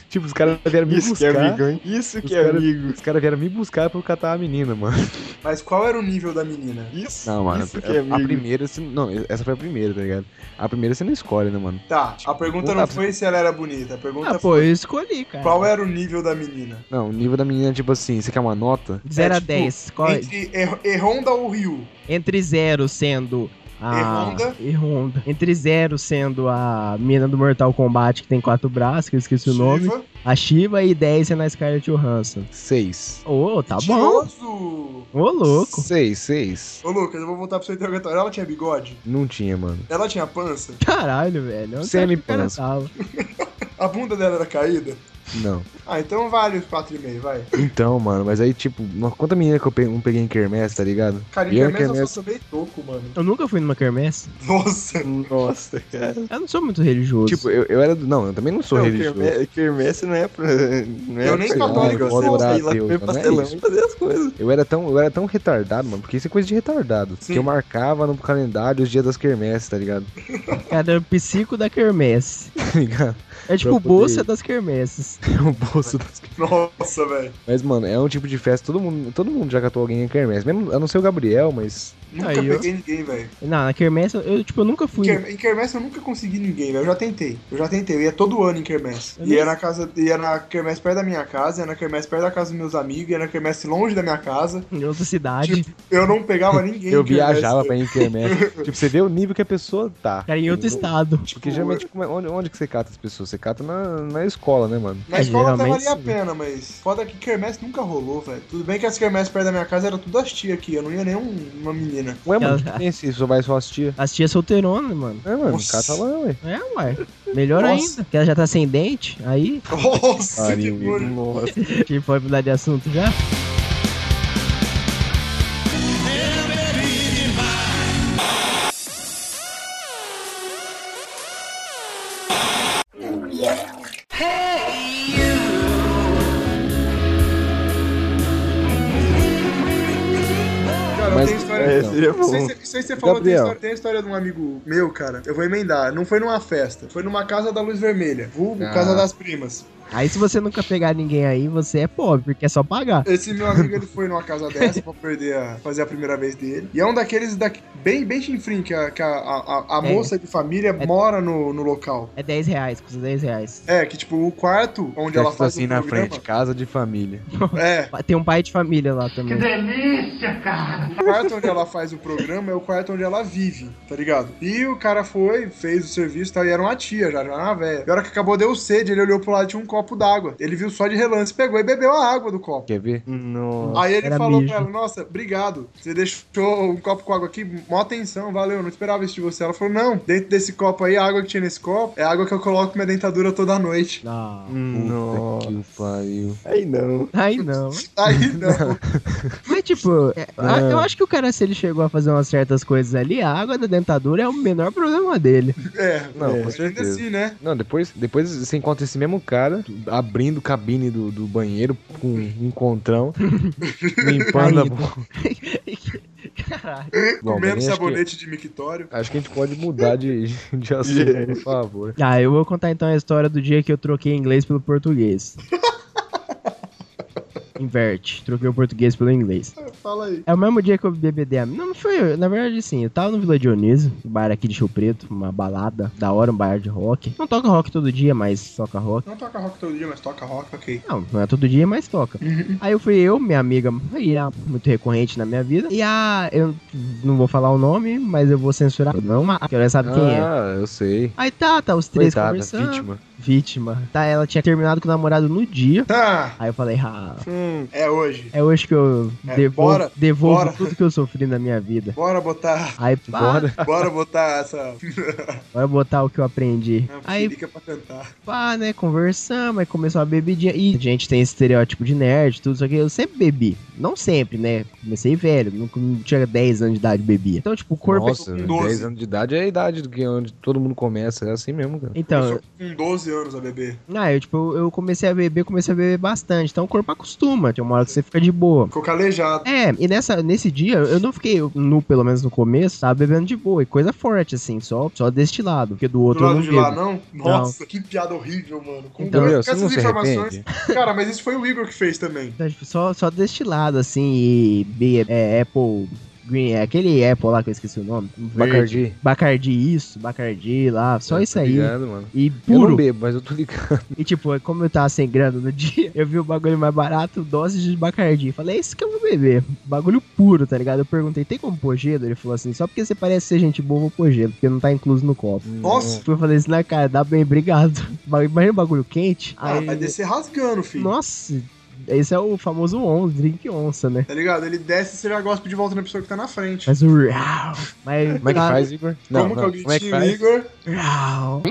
tipo, os caras vieram me
Isso que é
buscar.
amigo, hein? Isso
Os
que é
cara-
amigo.
Os caras vieram me buscar pra eu catar a menina, mano.
Mas qual era o nível da menina?
Isso,
Não, mano.
isso que
a-
é
a
amigo.
primeira, você, não, essa foi a primeira, tá ligado? A primeira você não escolhe, né, mano?
Tá, a pergunta não foi se ela era bonita, a pergunta foi
Ah, pô, eu escolhi,
tá
cara.
qual é? era o nível da menina.
Não, o nível da menina é tipo assim, você quer uma nota?
De 0
É,
a
tipo,
10. Qual... é?
Entre Er- Erronda ou Ryu?
Entre 0 sendo a.
Erronda.
E Honda. Entre 0 sendo a mina do Mortal Kombat que tem quatro braços, que eu esqueci o nome.
Shiva.
A Shiva e 10 sendo a Scarlett Johansson.
Seis.
Ô, tá bom.
Mentiroso!
Ô, louco.
Seis, seis.
Ô, Lucas, eu vou voltar pro seu interrogatório. Ela tinha bigode?
Não tinha, mano.
Ela tinha pança?
Caralho, velho. Onde
Semi
que o cara
pança.
tava?
A bunda dela era caída?
Não.
Ah, então vale os 4,5, vai.
Então, mano, mas aí, tipo, no- quanta menina que eu pe- não peguei em quermesse, tá ligado?
Cara, em
E eu
quermesse eu
quermesse-
só tomei toco, mano.
Eu nunca fui numa quermesse.
Nossa!
Nossa, cara.
Eu não sou muito religioso.
Tipo, eu, eu era. do- Não, eu também não sou
Não,
religioso.
querme- Quermesse não é pra. Não é
Eu nem
pra-
católico
pra
sou,
você
adorar
ir lá
a Deus,
comer
não é
pastelão
isso.
e fazer as coisas.
Eu era, tão, eu era tão retardado, mano, porque isso é coisa de retardado.
Sim.
Que eu marcava no calendário os dias das quermesses, tá ligado?
Cara, eu psico da quermesse.
Tá ligado?
É tipo
poder-
bolsa das quermesses.
O bolso das
Nossa, velho.
Mas, mano, é um tipo de festa, todo mundo, todo mundo já catou alguém em quermesse. Mesmo, eu não sei o Gabriel, mas.
Nunca
Aí, ó.
peguei ninguém, velho.
Não, na quermesse eu- eu, tipo, eu nunca fui.
Quer- Em quermesse eu nunca consegui ninguém, velho. Eu já tentei. Eu já tentei. Eu ia todo ano em quermesse.
Eu
Ia
nem-
na casa, ia na quermesse perto da minha casa, ia na quermesse perto da casa dos meus amigos, ia na quermesse longe da minha casa.
Em outra cidade.
Eu não pegava ninguém.
Eu
em quermesse.
viajava pra ir em quermesse. tipo, você vê o nível que a pessoa tá.
Cara, em outro
entendeu?
estado.
Porque geralmente, como é- onde, onde que você cata as pessoas? Você cata na, na escola, né, mano?
Na
É,
escola até
geralmente
valia a
sim.
pena, mas foda que quermesse nunca rolou, velho. Tudo bem que as quermesses perto da minha casa era tudo as tia aqui, eu não ia nenhuma menina.
Ué, mano,
Ela-
que tem esse, só vai só as tia.
As tias solteironas, mano.
É, mano,
Nossa.
cata lá, ué.
É, uai. Melhor
Nossa.
ainda. Que ela já tá sem dente. Aí,
Nossa, que
Pariu,
nojo.
nossa.
que foi mudar de assunto já. seria
Isso aí
é, bom.
você- Isso aí você falou, tem a
Gabriel.
história, tem a história de um amigo meu, cara. Eu vou emendar. Não foi numa festa, foi numa casa da luz vermelha. Vulgo
Ah.
Casa das Primas.
Aí se você nunca pegar ninguém aí, você é pobre, porque é só pagar.
Esse meu amigo, ele foi numa casa dessa pra perder a, fazer a primeira vez dele. E é um daqueles da, bem, bem chinfrim, que a, que a, a- a- a
É.
moça de família mora no, no local.
É 10 reais, custa 10 reais.
É, que tipo, o quarto onde ela faz
assim
o
na
programa-
frente, casa de família.
É,
Tem um pai de família lá também.
O quarto onde ela faz o programa é o quarto onde ela vive, tá ligado? E o cara foi, fez o serviço e tal, e era uma tia já, já era uma velha. E a hora que acabou deu sede, ele olhou pro lado e tinha um copo d'água. Ele viu só de relance, pegou e bebeu a água do copo.
Quer ver?
Nossa.
Aí ele
era
falou
mijo.
pra ela, nossa, obrigado. Você deixou um copo com água aqui, mó atenção, valeu, não esperava isso de você. Ela falou, não, dentro desse copo aí, a água que tinha nesse copo é a água que eu coloco minha dentadura toda noite.
Não.
嗯
Puta
Nossa.
que o pariu.
Aí não.
Ah, Aí não.
Aí não.
Mas tipo, é, a-
Não.
eu acho que o cara, se ele chegou a fazer umas certas coisas ali, a água da dentadura é o menor problema dele.
É,
Não, com
mas ainda
certeza.
assim, né?
Não, depois, depois você encontra esse mesmo cara abrindo cabine do, do banheiro com um encontrão, limpando a
Caído.
boca.
Caralho.
Bom,
Comendo
bem, acho que-
sabonete de mictório.
Acho que a gente pode mudar de, de assunto, por favor.
Ah, eu vou contar então a história do dia que eu troquei inglês pelo português. Inverte. Troquei o português pelo inglês.
Fala aí.
É o mesmo dia que eu bebedei a... Não, não foi eu. Na verdade, sim. Eu tava no Vila Dionísio, um bar aqui de Rio Preto, uma balada da hora, um bar de rock. Não toca rock todo dia, mas toca rock.
Não toca rock todo dia, mas toca rock, ok.
Não, não é todo dia, mas toca.
Uhum.
Aí eu fui eu, minha amiga, e a- muito recorrente na minha vida. E a. Eu não vou falar o nome, mas eu vou censurar. Não, mas ela sabe quem é.
Ah, eu sei.
Aí tá, tá, os três
Coitada,
conversando. Vítima.
vítima.
Tá, ela tinha terminado com o namorado no dia.
Tá,
Aí eu falei, ah,
é hoje.
é hoje que eu
É,
devolvo,
bora,
devolvo
bora.
tudo que eu sofri na minha vida.
Bora botar.
Aí, pá, bora.
Bora.
Bora botar essa
botar o que eu
É,
aprendi. Aí,
fica pra cantar.
pá, né, conversamos, aí começou a bebidinha. E a gente tem esse estereótipo de nerd, tudo isso aqui. Eu sempre bebi. Não sempre, né? Comecei velho, não, não tinha 10 anos de idade bebia. Então, tipo, o corpo. é-
Nossa,
com 12.
10 anos de idade é a idade do que onde todo mundo começa, é assim mesmo, cara.
Então,
Eu sou com 12 anos a beber.
ah, eu, tipo, eu- eu comecei a beber, comecei a beber bastante. Então o corpo acostuma. Tem uma hora que você fica de boa.
Ficou calejado.
É, e nessa, nesse dia eu não fiquei, eu, no, pelo menos no começo, tava bebendo de boa. E coisa forte, assim, só, só deste lado. Porque do
Do
outro eu
lado
não
de
bebo.
lá, não? Nossa, que piada horrível, mano. Com
Então,
duas-
meu, você não se
Cara, mas isso foi o Igor que fez também.
Então, tipo, só, só deste lado, assim, e be- é, Apple Green, é aquele Apple lá que eu esqueci o nome. Verde.
Bacardi.
Bacardi isso, Bacardi lá, só
Eu
isso
tô
aí.
Ligado, mano. é.
E
Eu não
puro.
bebo, mas eu tô ligado.
E tipo, como eu tava sem grana no dia, eu vi o bagulho mais barato, dose de Bacardi. Falei, é isso que eu vou beber. Bagulho puro, tá ligado? Eu perguntei, tem como pôr gelo? Ele falou assim, só porque você parece ser gente boa, eu vou pôr gelo, porque não tá incluso no copo.
É.
Nossa,
Fui falei assim, na cara, dá bem, obrigado. Ba- Imagina o bagulho quente.
ah,
Aí,
vai descer rasgando, filho.
nossa, esse é o famoso onça, drink onça, né?
Tá ligado? Ele desce e você já gosta de volta na pessoa que tá na frente.
Mas o real. Mas, tá
Como é que faz, Igor?
Como que alguém
Como é que
tinha o
faz?
Igor?
Real.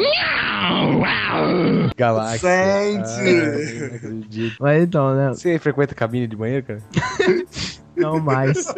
Galáxia.
Sente.
Ah, eu não acredito.
Mas então, né?
Você frequenta cabine de banheiro, cara?
Não mais.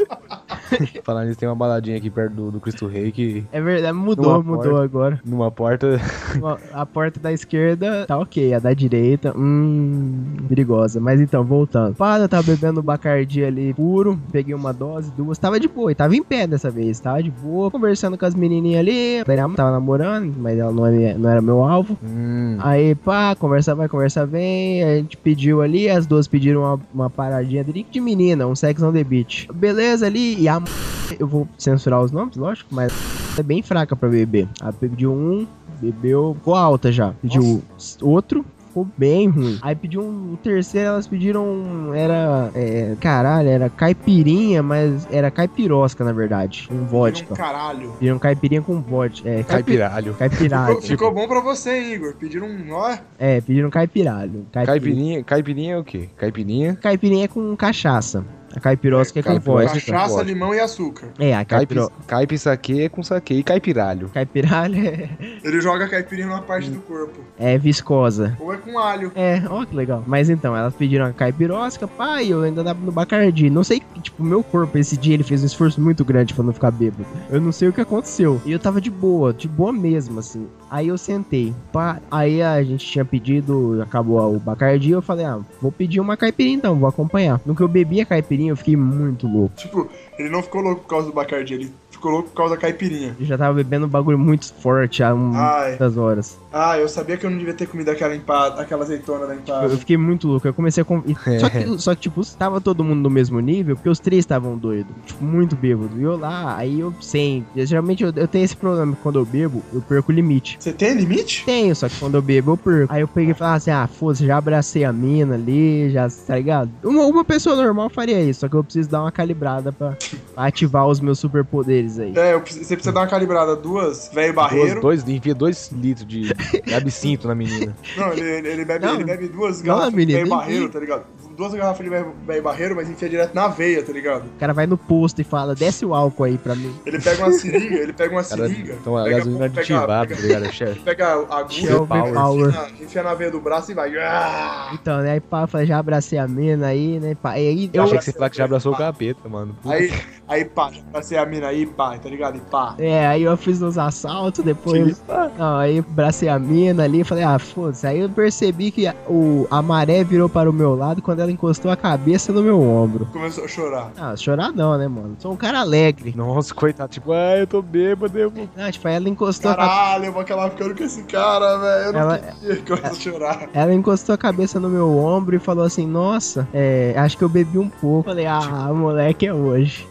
Falar nisso, tem uma baladinha aqui perto do, do Cristo Rei que
É verdade, mudou,
Numa
mudou
porta.
agora.
numa porta.
Ó, A porta da esquerda tá ok, a da direita, hum, perigosa. Mas então, voltando. Pá, eu tava bebendo um Bacardi ali puro, peguei uma dose, duas, tava de boa, e tava em pé dessa vez, tava de boa, conversando com as menininhas ali, "Ah, tava namorando, mas ela não era, não era meu alvo.
Hum,
Aí, pá, conversa vai, conversa vem. A gente pediu ali, as duas pediram uma, uma paradinha de drink de menina, um sex on the beach. Beleza ali, e a. m- Eu vou censurar os nomes, lógico, mas é bem fraca pra beber. Ela pediu um, bebeu, ficou alta já. Pediu outro. Ficou bem ruim. Aí pediu um terceiro, elas pediram. um, Era. é, caralho, era caipirinha, mas era caipirosca, na verdade. Um
Pediram um
então.
vodka.
caralho.
Pediram caipirinha com vodka. É, caipi-
caipiralho.
caipiralho.
tipo-
Ficou, ficou bom pra você, hein, Igor. Pediram um. Ó,
É, pediram caipiralho.
Caipirinha,
Caipirinha.
caipirinha é o quê? Caipirinha,
Caipirinha é com cachaça. A caipirosca é, com
caipirosca.
vodka.
cachaça,
vodka.
limão e açúcar.
É, a
caipi,
caipiro...
caipi saque é com saque e caipiralho.
caipiralha
Ele joga caipirinha numa parte do corpo.
é, é viscosa.
Ou é com alho.
É, ó que legal. Mas então, elas pediram a caipirosca, pai, eu ainda tava no Bacardi. Não sei, tipo, meu corpo esse dia ele fez um esforço muito grande pra não ficar bêbado. Eu não sei o que aconteceu. E eu tava de boa, de boa mesmo, assim. Aí eu sentei. Pá, aí a gente tinha pedido, acabou o Bacardi, eu falei, ah, vou pedir uma caipirinha então, vou acompanhar. No que eu bebi a caipirinha, eu fiquei muito louco.
Tipo, ele não ficou louco por causa do Bacardi, ele ficou louco por causa da caipirinha.
Eu já tava bebendo um bagulho muito forte há
Hum.
um-
Ai.
muitas horas.
Ah, eu sabia que eu não devia ter comido aquela empada, aquela azeitona da
Eu eu
empada.
fiquei muito louco. Eu comecei a. con- e- Só, que, só que, tipo, tava todo mundo no mesmo nível, porque os três estavam doidos. Tipo, muito bêbado. E eu lá, aí eu sem. Geralmente eu, eu tenho esse problema. que Quando eu bebo, eu perco o limite.
Você tem limite?
Tenho, só que quando eu bebo, eu perco. Aí eu peguei e falei assim: ah, foda-se, já abracei a mina ali, já, tá ligado? Uma, uma pessoa normal faria isso, só que eu preciso dar uma calibrada pra, pra ativar os meus superpoderes aí.
É, eu preciso- você precisa dar uma calibrada. Duas, velho barreiro.
Dois, dois, enfia dois litros de de absinto na menina.
Não, ele, ele- ele bebe,
Não.
ele bebe duas
Não,
garrafas de
menino,
velho
nem-
barreiro, tá ligado? Duas garrafas de velho velho barreiro, mas enfia direto na veia, tá ligado?
O cara vai no posto e fala: desce o álcool aí pra mim.
Ele pega uma seringa, ele pega uma
Cara,
seringa.
então a
pega-
gasolina
pega-
aditivada, tá
pega-
ligado? Chefe?
Pega a agulha,
Shell
Power.
Power.
enfia na- enfia na veia do braço e vai. Ah!
Então, né? Aí pá, eu falei, já abracei a mina aí, né? Pá, e aí
Eu
eu.
achei que você ia falar que já abraçou o capeta, mano. Puta
Aí, aí pá, pra ser a mina aí, pá, tá ligado? E pá.
É, aí eu fiz uns assaltos depois. Ah. Não, aí abracei a mina ali, falei, ah, foda-se. Aí eu percebi que a- o, a maré virou para o meu lado quando ela encostou a cabeça no meu ombro.
Começou a chorar.
Ah, chorar não, né, mano? Sou um cara alegre.
Nossa, coitado. Tipo, ah, eu tô bêbado. Eu... vou-"
Não, tipo, aí ela encostou a cabeça.
Caralho, eu vou acabar ficando com esse cara, velho. Eu não
Ela-
queria que eu ia chorar.
Ela encostou a cabeça no meu ombro e falou assim: Nossa, é, acho que eu bebi um pouco. Falei:
Tipo
Ah, moleque é hoje.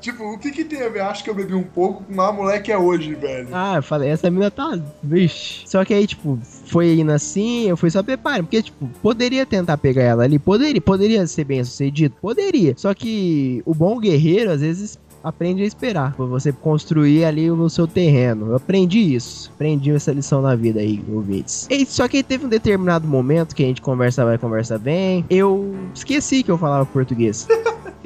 tipo, o que que tem a ver? Acho que eu bebi um pouco com a moleque é hoje, velho.
Ah, eu falei: Essa mina tá. Vixe. Só que aí, tipo, foi indo assim. Eu fui só preparar. Porque, tipo, poderia tentar pegar ela ali. Poderia, poderia ser bem sucedido. Poderia. Só que o bom guerreiro, às vezes. Aprende a esperar pra você construir ali o seu terreno. Eu aprendi isso. Aprendi essa lição na vida aí, ouvintes. E, só que teve um determinado momento que a gente conversa vai, conversa bem. Eu esqueci que eu falava português.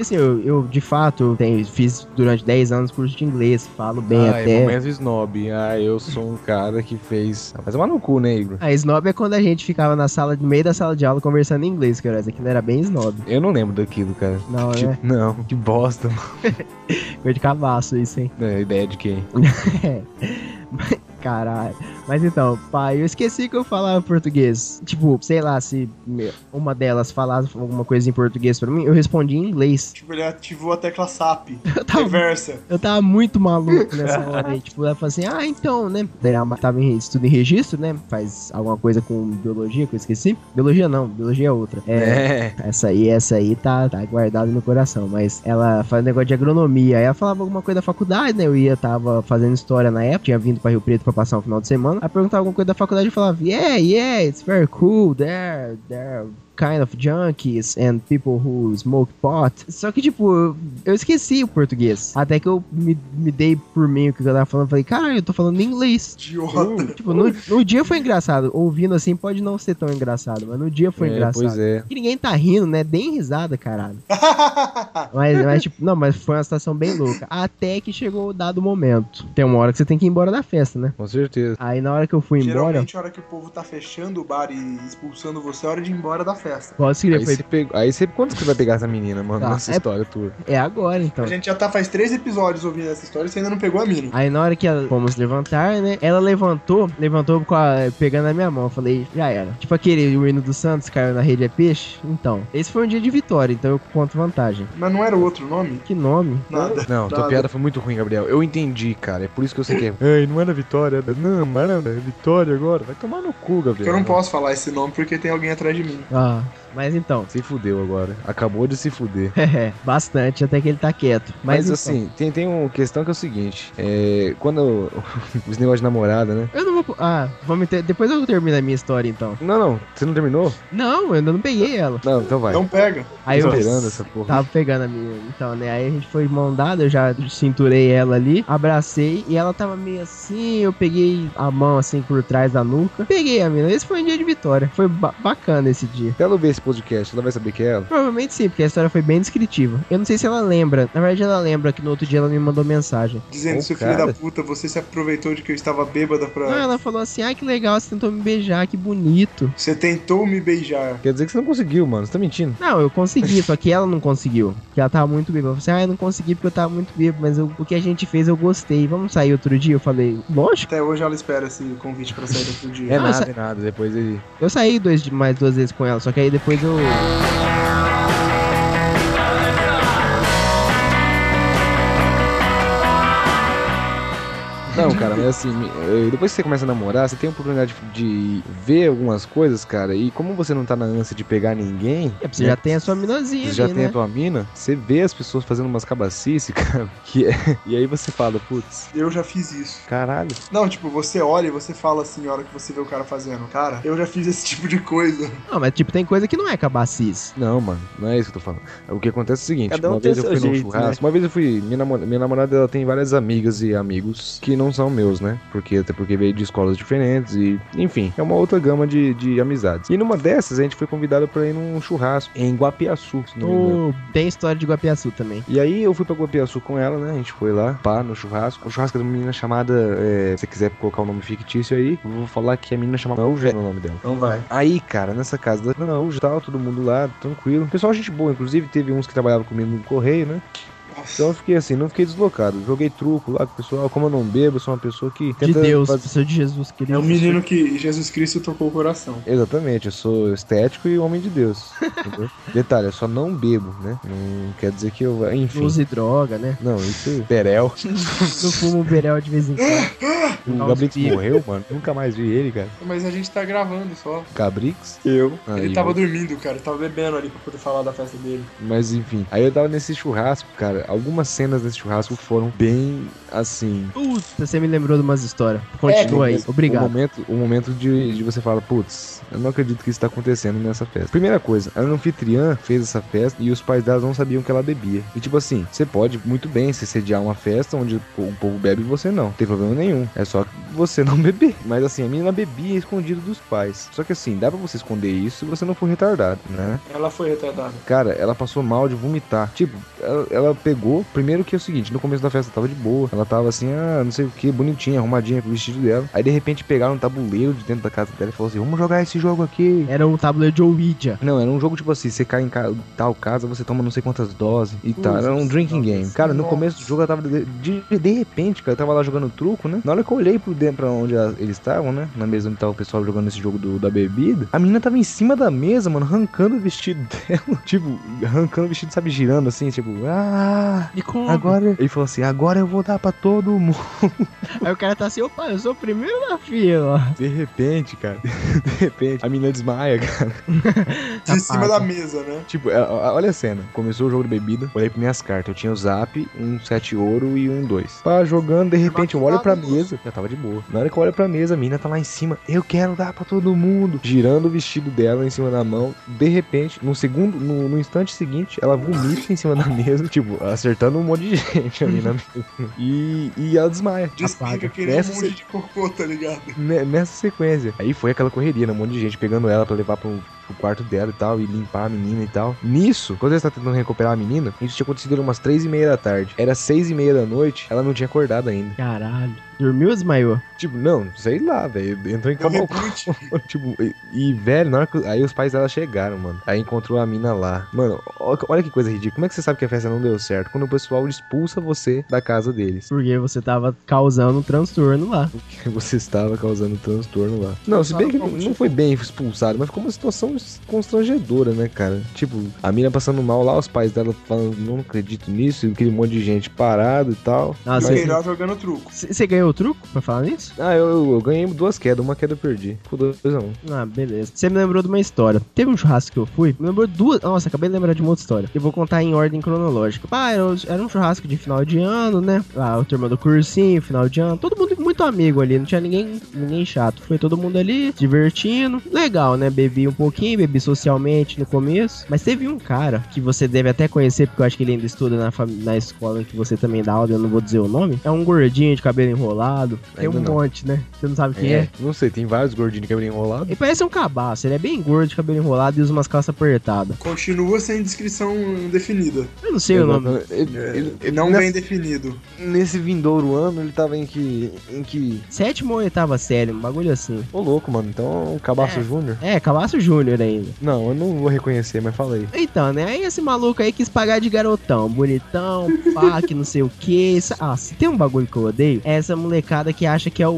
Assim, eu, eu, de fato eu tenho, fiz durante 10 anos curso de inglês, falo bem
Ah, é
até.
momento snob. Ah, eu sou um cara que fez... Ah, Mas é no cu, né, Igor?
A snob é quando a gente ficava na sala, no meio da sala de aula conversando em inglês, que aquilo era bem snob.
Eu não lembro daquilo, cara.
Não,
Tipo,
é
não, que bosta. mano.
coisa de cabaço isso, hein?
É, ideia de quem?
Caralho. Mas então, pai, eu esqueci que eu falava português. Tipo, sei lá, se me- uma delas falasse alguma coisa em português pra mim, eu respondi em inglês.
Tipo, ele ativou a tecla SAP.
Eu tava
Reversa.
Eu tava muito maluco nessa hora aí. Tipo, ela falou assim: ah, então, né? Daí ela tava em estudo em registro, né? Faz alguma coisa com biologia que eu esqueci. Biologia não, biologia é outra. É.
É.
Essa aí, essa aí tá, tá guardada no coração. Mas ela faz um negócio de agronomia. Aí ela falava alguma coisa da faculdade, né? Eu ia, tava fazendo história na época, tinha vindo pra Rio Preto pra passar um final de semana. Aí perguntava alguma coisa da faculdade e falava: yeah, yeah, it's very cool, there, there. Kind of junkies and people who smoke pot. Só que, tipo, eu- eu esqueci o português. Até que eu me, me dei por mim o que eu tava falando. Falei, caralho, eu tô falando inglês.
Idiota.
Tipo, no, no dia foi engraçado. Ouvindo assim pode não ser tão engraçado, mas no dia foi
É,
engraçado.
Pois é.
Que ninguém tá rindo, né? Deem risada, caralho. Mas, mas, tipo, não, mas foi uma situação bem louca. Até que chegou o dado momento. Tem uma hora que você tem que ir embora da festa, né?
Com certeza.
Aí na hora que eu fui embora,
Geralmente, a hora que o povo tá fechando o bar e expulsando você, é hora de ir embora da festa.
posso escrever,
Aí
foi,
você, pegou... Aí você... Quando que você vai pegar essa menina, mano?
Tá,
Nessa
é-
história tua.
é agora então.
A gente já tá faz três episódios ouvindo essa história e você ainda não pegou a mina.
Aí na hora que ela, fomos levantar, né? Ela levantou, levantou com a- pegando a minha mão. Eu falei, já era. Tipo aquele o hino do Santos caiu na rede é peixe. Então, esse foi um dia de vitória, então eu conto vantagem.
Mas não era o outro nome?
Que nome?
Nada.
Não, tua
Nada.
piada foi muito ruim, Gabriel. Eu entendi, cara. É por isso que eu sei que é. Ei, não era vitória. era- Não, mas era vitória agora. Vai tomar no cu, Gabriel.
Porque eu não posso falar esse nome porque tem alguém atrás de mim.
Ah, mas então.
Se fudeu agora. Acabou de se fuder.
É, bastante, até que ele tá quieto.
Mas,
Mas, assim.
assim, tem, tem uma questão que é o seguinte: é, quando. os negócios de namorada, né?
Eu não vou. pu- Ah, vamos ter... depois eu termino a minha história então.
Não, não, você não terminou?
Não, eu ainda não peguei ela.
Não, então vai.
Não pega.
Aí eu
Tô esperando essa porra.
tava pegando a minha. Então, né? Aí a gente foi mão dada, eu já cinturei ela ali, abracei e ela tava meio assim. Eu peguei a mão assim por trás da nuca. Peguei a mina. Esse foi um dia de vitória. Foi ba- bacana esse dia.
Até eu ver esse
podcast, ela vai saber que é ela?
Provavelmente sim, porque a história foi bem descritiva. Eu não sei se ela lembra. Na verdade, ela lembra que no outro dia ela me mandou mensagem.
Dizendo,
Ô,
seu filho
cara.
da puta, você se aproveitou de que eu estava bêbada
Não,
pra.
ela falou assim: ah, que legal, você tentou me beijar, que bonito.
Você tentou me beijar.
Quer dizer que você não conseguiu, mano. Você tá mentindo.
Não, eu consegui, só que ela não conseguiu. Porque ela tava muito bêbada. Ela falou assim: ah, eu não consegui porque eu tava muito bêbado, mas eu- o que a gente fez eu gostei. Vamos sair outro dia? Eu falei: lógico.
Até hoje ela espera esse convite pra sair outro dia.
É
Ah,
nada,
sa-
é nada. Depois ele.
Eu saí dois, di- mais duas vezes com ela, só que aí depois eu. é,
Não, cara, mas assim, me- eh, depois que você começa a namorar, você tem a oportunidade de, de ver algumas coisas, cara. E como você não tá na ânsia de pegar ninguém.
É, você
né,
já tem a sua minazinha
Você
ali,
já tem
né?
a tua mina, você vê as pessoas fazendo umas cabacice, cara, que é... e aí você fala, putz,
Eu já fiz isso.
caralho.
Não, tipo, você olha e você fala assim, a hora que você vê o cara fazendo. Cara, eu já fiz esse tipo de coisa.
Não, mas tipo, tem coisa que não é cabacis.
Não, mano, não é isso que eu tô falando. O que acontece é o seguinte,
Cada um
uma
tem
vez eu
seu
fui num
jeito,
churrasco, uma vez eu fui, minha namorada, minha namorada ela tem várias amigas e amigos que não são meus, né? Porque até porque veio de escolas diferentes e, enfim, é uma outra gama de, de amizades. E numa dessas a gente foi convidado pra ir num churrasco em Guapiaçu, se não me engano.
Ô, Tem história de Guapiaçu também.
E aí eu fui pra Guapiaçu com ela, né? A gente foi lá, pá, no churrasco. O churrasco é de uma menina chamada. é, se você quiser colocar o nome fictício aí, eu vou falar que a menina chamada Elja é o nome dela.
Então vai.
Aí, cara, nessa casa da Elja e tal, todo mundo lá, tranquilo. Pessoal, gente boa, inclusive teve uns que trabalhavam comigo no correio, né? Então eu fiquei assim, não fiquei deslocado. Joguei truco lá com o pessoal, como eu não bebo, eu sou uma pessoa que
De
tenta
Deus,
fazer-
precisa de Jesus,
É
querido.
um menino que Jesus Cristo tocou o coração.
Exatamente, eu sou estético e homem de Deus. entendeu? Detalhe, eu só não bebo, né? Não quer dizer que eu. Enfim.
Não use droga, né?
Não, isso. Perel.
Eu fumo um berel de vez em quando.
O
Tá
Dá uns
Gabrix
picos.
morreu, mano. Nunca mais vi ele, cara.
Mas a gente tá gravando só.
Gabrix?
Eu.
Aí,
Ele tava dormindo, cara. Tava bebendo ali pra poder falar da festa dele.
Mas enfim. Aí eu tava nesse churrasco, cara. Algumas cenas desse churrasco foram bem assim.
Puta, você me lembrou de umas histórias. Continua
É,
aí,
O
obrigado.
momento, o momento de, de você falar, putz, eu não acredito que isso tá acontecendo nessa festa. Primeira coisa, a anfitriã fez essa festa e os pais dela não sabiam que ela bebia. E tipo assim, você pode muito bem se sediar uma festa onde o povo bebe e você não. Não tem problema nenhum. É só você não beber. Mas assim, a menina bebia escondido dos pais. Só que assim, dá pra você esconder isso se você não for retardado, né?
Ela foi retardada.
Cara, ela passou mal de vomitar. Tipo, ela, ela pegou. Primeiro que é o seguinte: no começo da festa tava de boa. Ela tava assim, ah, não sei o que, bonitinha, arrumadinha com o vestido dela. Aí de repente pegaram um tabuleiro de dentro da casa dela e falou assim: vamos jogar esse jogo aqui.
Era o tabuleiro de Ouija.
Não, era um jogo tipo assim, você cai em ca- tal casa, você toma não sei quantas doses e tal. Era um drinking game. Cara, no começo do jogo ela tava. De, de, de repente, cara, eu tava lá jogando truco, né? Na hora que eu olhei pro dentro pra onde a- eles estavam, né? Na mesa onde tava o pessoal jogando esse jogo do- da bebida, a menina tava em cima da mesa, mano, arrancando o vestido dela. tipo, arrancando o vestido, sabe, girando assim, tipo, ah.
E como?
Agora. Ele falou assim, agora eu vou dar pra todo mundo.
Aí o cara tá assim, opa, eu sou o primeiro na fila.
De repente, cara. De repente, a menina desmaia, cara.
De cima
Rapaz.
da mesa, né?
Tipo, é, ó, olha a cena. Começou o jogo de bebida, olhei pra minhas cartas. Eu tinha o zap, um 7 ouro e um 2. Pá, jogando, de repente eu olho pra mesa. Já tava de boa. Na hora que eu olho pra mesa, a mina tá lá em cima. Eu quero dar pra todo mundo. Girando o vestido dela em cima da mão. De repente, no segundo, no, no instante seguinte, ela vomita em cima da mesa. Tipo, acertando um monte de gente ali na mesa. E, e ela desmaia.
Despica aquele
Nessa
monte de cocô, tá ligado?
Ne- nessa sequência. Aí foi aquela correria, né? Um monte de gente pegando ela pra levar pro, pro quarto dela e tal, e limpar a menina e tal. Nisso, quando eles tá tentando recuperar a menina, isso tinha acontecido era umas três e meia da tarde. Era seis e meia da noite, ela não tinha acordado ainda.
Caralho. Dormiu ou desmaiou?
Tipo, não, sei lá, velho. Entrou em
Deu
coma
reboot.
Tipo, e, e, velho, na hora que, aí os pais dela chegaram, mano. Aí encontrou a mina lá. Mano, ó- olha que coisa ridícula. Como é que você sabe que a festa não deu certo? Quando o pessoal expulsa você da casa deles.
Porque você tava causando um transtorno lá.
que você estava causando transtorno lá. Não, se bem que não, não foi bem expulsado, mas ficou uma situação constrangedora, né, cara? Tipo, a mina passando mal lá, os pais dela falando, não acredito nisso, e aquele monte de gente parado e tal.
E
Nossa,
o melhor jogando truco.
você ganhou o truco pra falar nisso?
Ah, eu, eu- eu ganhei duas quedas, uma queda eu perdi. Ficou dois a um.
Ah, beleza. Você me lembrou de uma história. Teve um churrasco que eu fui, me lembrou duas. Nossa, acabei de lembrar de uma outra história. Eu vou contar em ordem cronológica. Ah, era, um- era um churrasco de final de ano, né? Ah, o turma do cursinho, final de ano. Todo mundo muito muito amigo ali, não tinha ninguém, ninguém chato. Foi todo mundo ali, divertindo. Legal, né? Bebi um pouquinho, bebi socialmente no começo. Mas teve um cara que você deve até conhecer, porque eu acho que ele ainda estuda na, fami- na escola que você também dá aula, eu não vou dizer o nome. É um gordinho de cabelo enrolado. Tem
Ainda
um
não.
monte, né? Você não sabe quem é.
Não sei, tem vários gordinhos de cabelo enrolado.
Ele parece um cabaço, ele é bem gordo, de cabelo enrolado e usa umas calças apertadas.
Continua sem descrição definida.
Eu não sei o nome.
Ele, É, ele- ele-
Não
nessa-
bem definido.
Nesse vindouro ano, ele tava em que. em que.
Sétimo ou oitava série, um bagulho assim.
Ô louco, mano. Então, um cabaço
É.
júnior?
É, cabaço júnior ainda.
Não, eu não vou reconhecer, mas falei.
Então, né? Aí esse maluco aí quis pagar de garotão, bonitão, pá, que não sei o que. Ah, se tem um bagulho que eu odeio, é essa molecada que acha que é o,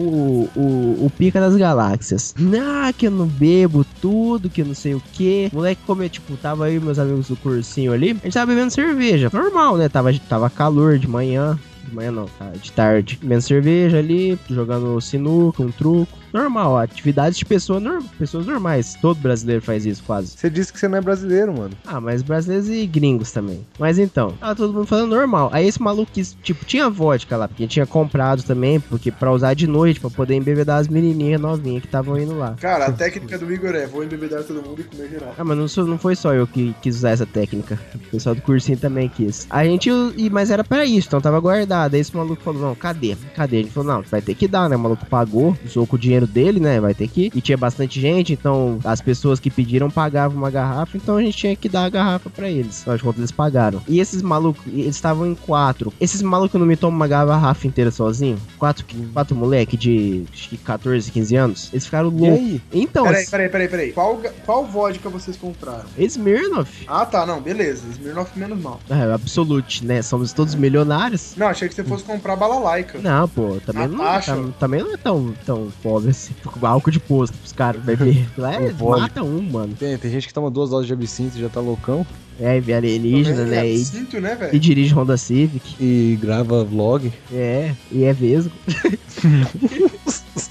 o, o pica das galáxias. Ah, que eu não bebo tudo, que eu não sei o que. Moleque comeu, tipo, tava aí meus amigos do cursinho ali, a gente tava bebendo cerveja. Normal, né? Tava, tava calor de manhã. De manhã não, tá? De tarde. Bebendo cerveja ali, jogando sinuca, um truco. Normal, atividades de pessoa nor- pessoas normais. Todo brasileiro faz isso quase.
Você disse que você não é brasileiro, mano.
Ah, mas brasileiros e gringos também. Mas então, tava todo mundo falando normal. Aí esse maluco quis, tipo, tinha vodka lá, porque tinha comprado também, porque pra usar de noite, pra poder embebedar as menininhas novinhas que estavam indo lá.
Cara, a técnica do Igor é: vou embebedar todo mundo e comer geral.
Ah, mas não, sou- não foi só eu que quis usar essa técnica. O pessoal do cursinho também quis. A gente. u- e- Mas era pra isso, então tava guardado. Aí esse maluco falou: não, cadê? Cadê? A gente falou: não, vai ter que dar, né? O maluco pagou, usou com o dinheiro dele, né? Vai ter que. ir. E tinha bastante gente, então as pessoas que pediram pagavam uma garrafa, então a gente tinha que dar a garrafa pra eles. Afinal de contas, eles pagaram. E esses malucos, e eles estavam em quatro. Esses malucos não me tomam uma garrafa inteira sozinho? Quatro, quatro moleque de acho que 14, 15 anos? Eles ficaram
E
loucos.
aí?
Então,
Peraí, peraí, peraí, peraí. Qual, ga- qual vodka vocês compraram?
Smirnoff.
Ah, tá, não, beleza. Smirnoff menos mal.
É, absolute, né? Somos todos milionários.
Não, achei que você fosse comprar balalaika.
Não, pô, também não,
Natasha.
tam- também não é tão, tão pobre assim. Álcool de posto pros caras beber. Lá é,
Não pode.
mata um, mano.
Tem, tem gente que toma duas doses de absinto e já tá loucão.
É, vê alienígena, né?
é
E,
Sinto, né,
e
velho?
dirige Honda Civic.
E grava vlog.
É, e é vesgo.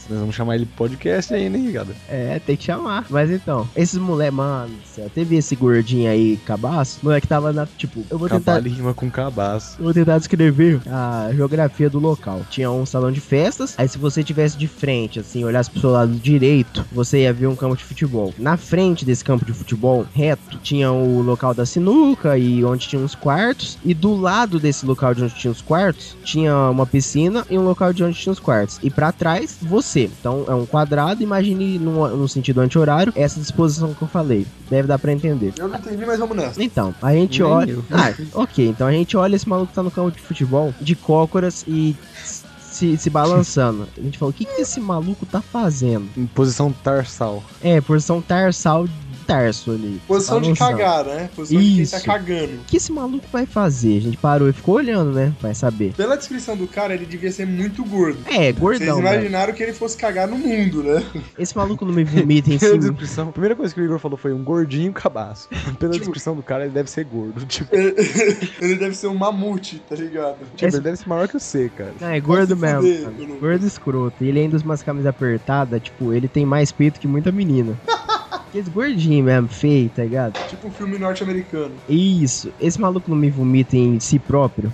Nós vamos chamar ele podcast aí, né, ligado?
É, tem que chamar. Mas então, esses moleque, mano, do céu, teve esse gordinho aí, cabaço. Moleque tava na. Tipo, eu vou tentar.
Cabalho rima com cabaço.
Eu Vou tentar descrever a geografia do local. Tinha um salão de festas, aí se você tivesse de frente, assim, olhasse pro seu lado direito, você ia ver um campo de futebol. Na frente desse campo de futebol, reto, tinha o local da sinuca e onde tinha uns quartos. E do lado desse local de onde tinha os quartos, tinha uma piscina e um local de onde tinha os quartos. E pra trás, você. Então é um quadrado, imagine no, no sentido anti-horário, essa disposição que eu falei. Deve dar pra entender.
Eu não entendi, mas vamos nessa.
Então, a gente
Nem
olha.
eu.
Ah, ok. Então a gente olha esse maluco que tá no campo de futebol de cócoras e se, se balançando. A gente fala, o que, que esse maluco tá fazendo?
Em posição tarsal.
É, porção tarsal tarso ali.
Posição de
Balançando.
cagar, né? Posição de quem tá
Isso.
cagando.
O que esse maluco vai fazer? A gente parou e ficou olhando, né? Vai saber.
Pela descrição do cara, ele devia ser muito gordo.
É,
Vocês
gordão, velho.
imaginaram que ele fosse cagar no mundo, né?
Esse maluco não me vomita em
Pela
cima.
descrição, a primeira coisa que o Igor falou foi um gordinho cabaço. Pela
Tipo-
descrição do cara, ele deve ser gordo. Tipo,
ele deve ser um mamute, tá ligado?
tipo, ele deve ser maior que você, cara.
Não, é gordo
Vai se
mesmo.
fuder,
cara.
Bruno.
Gordo escroto. E ele ainda usa umas camisas apertadas, tipo, ele tem mais peito que muita menina. Esse gordinho mesmo, feio, tá ligado?
Tipo um filme norte-americano.
Isso, esse maluco não me vomita em si próprio.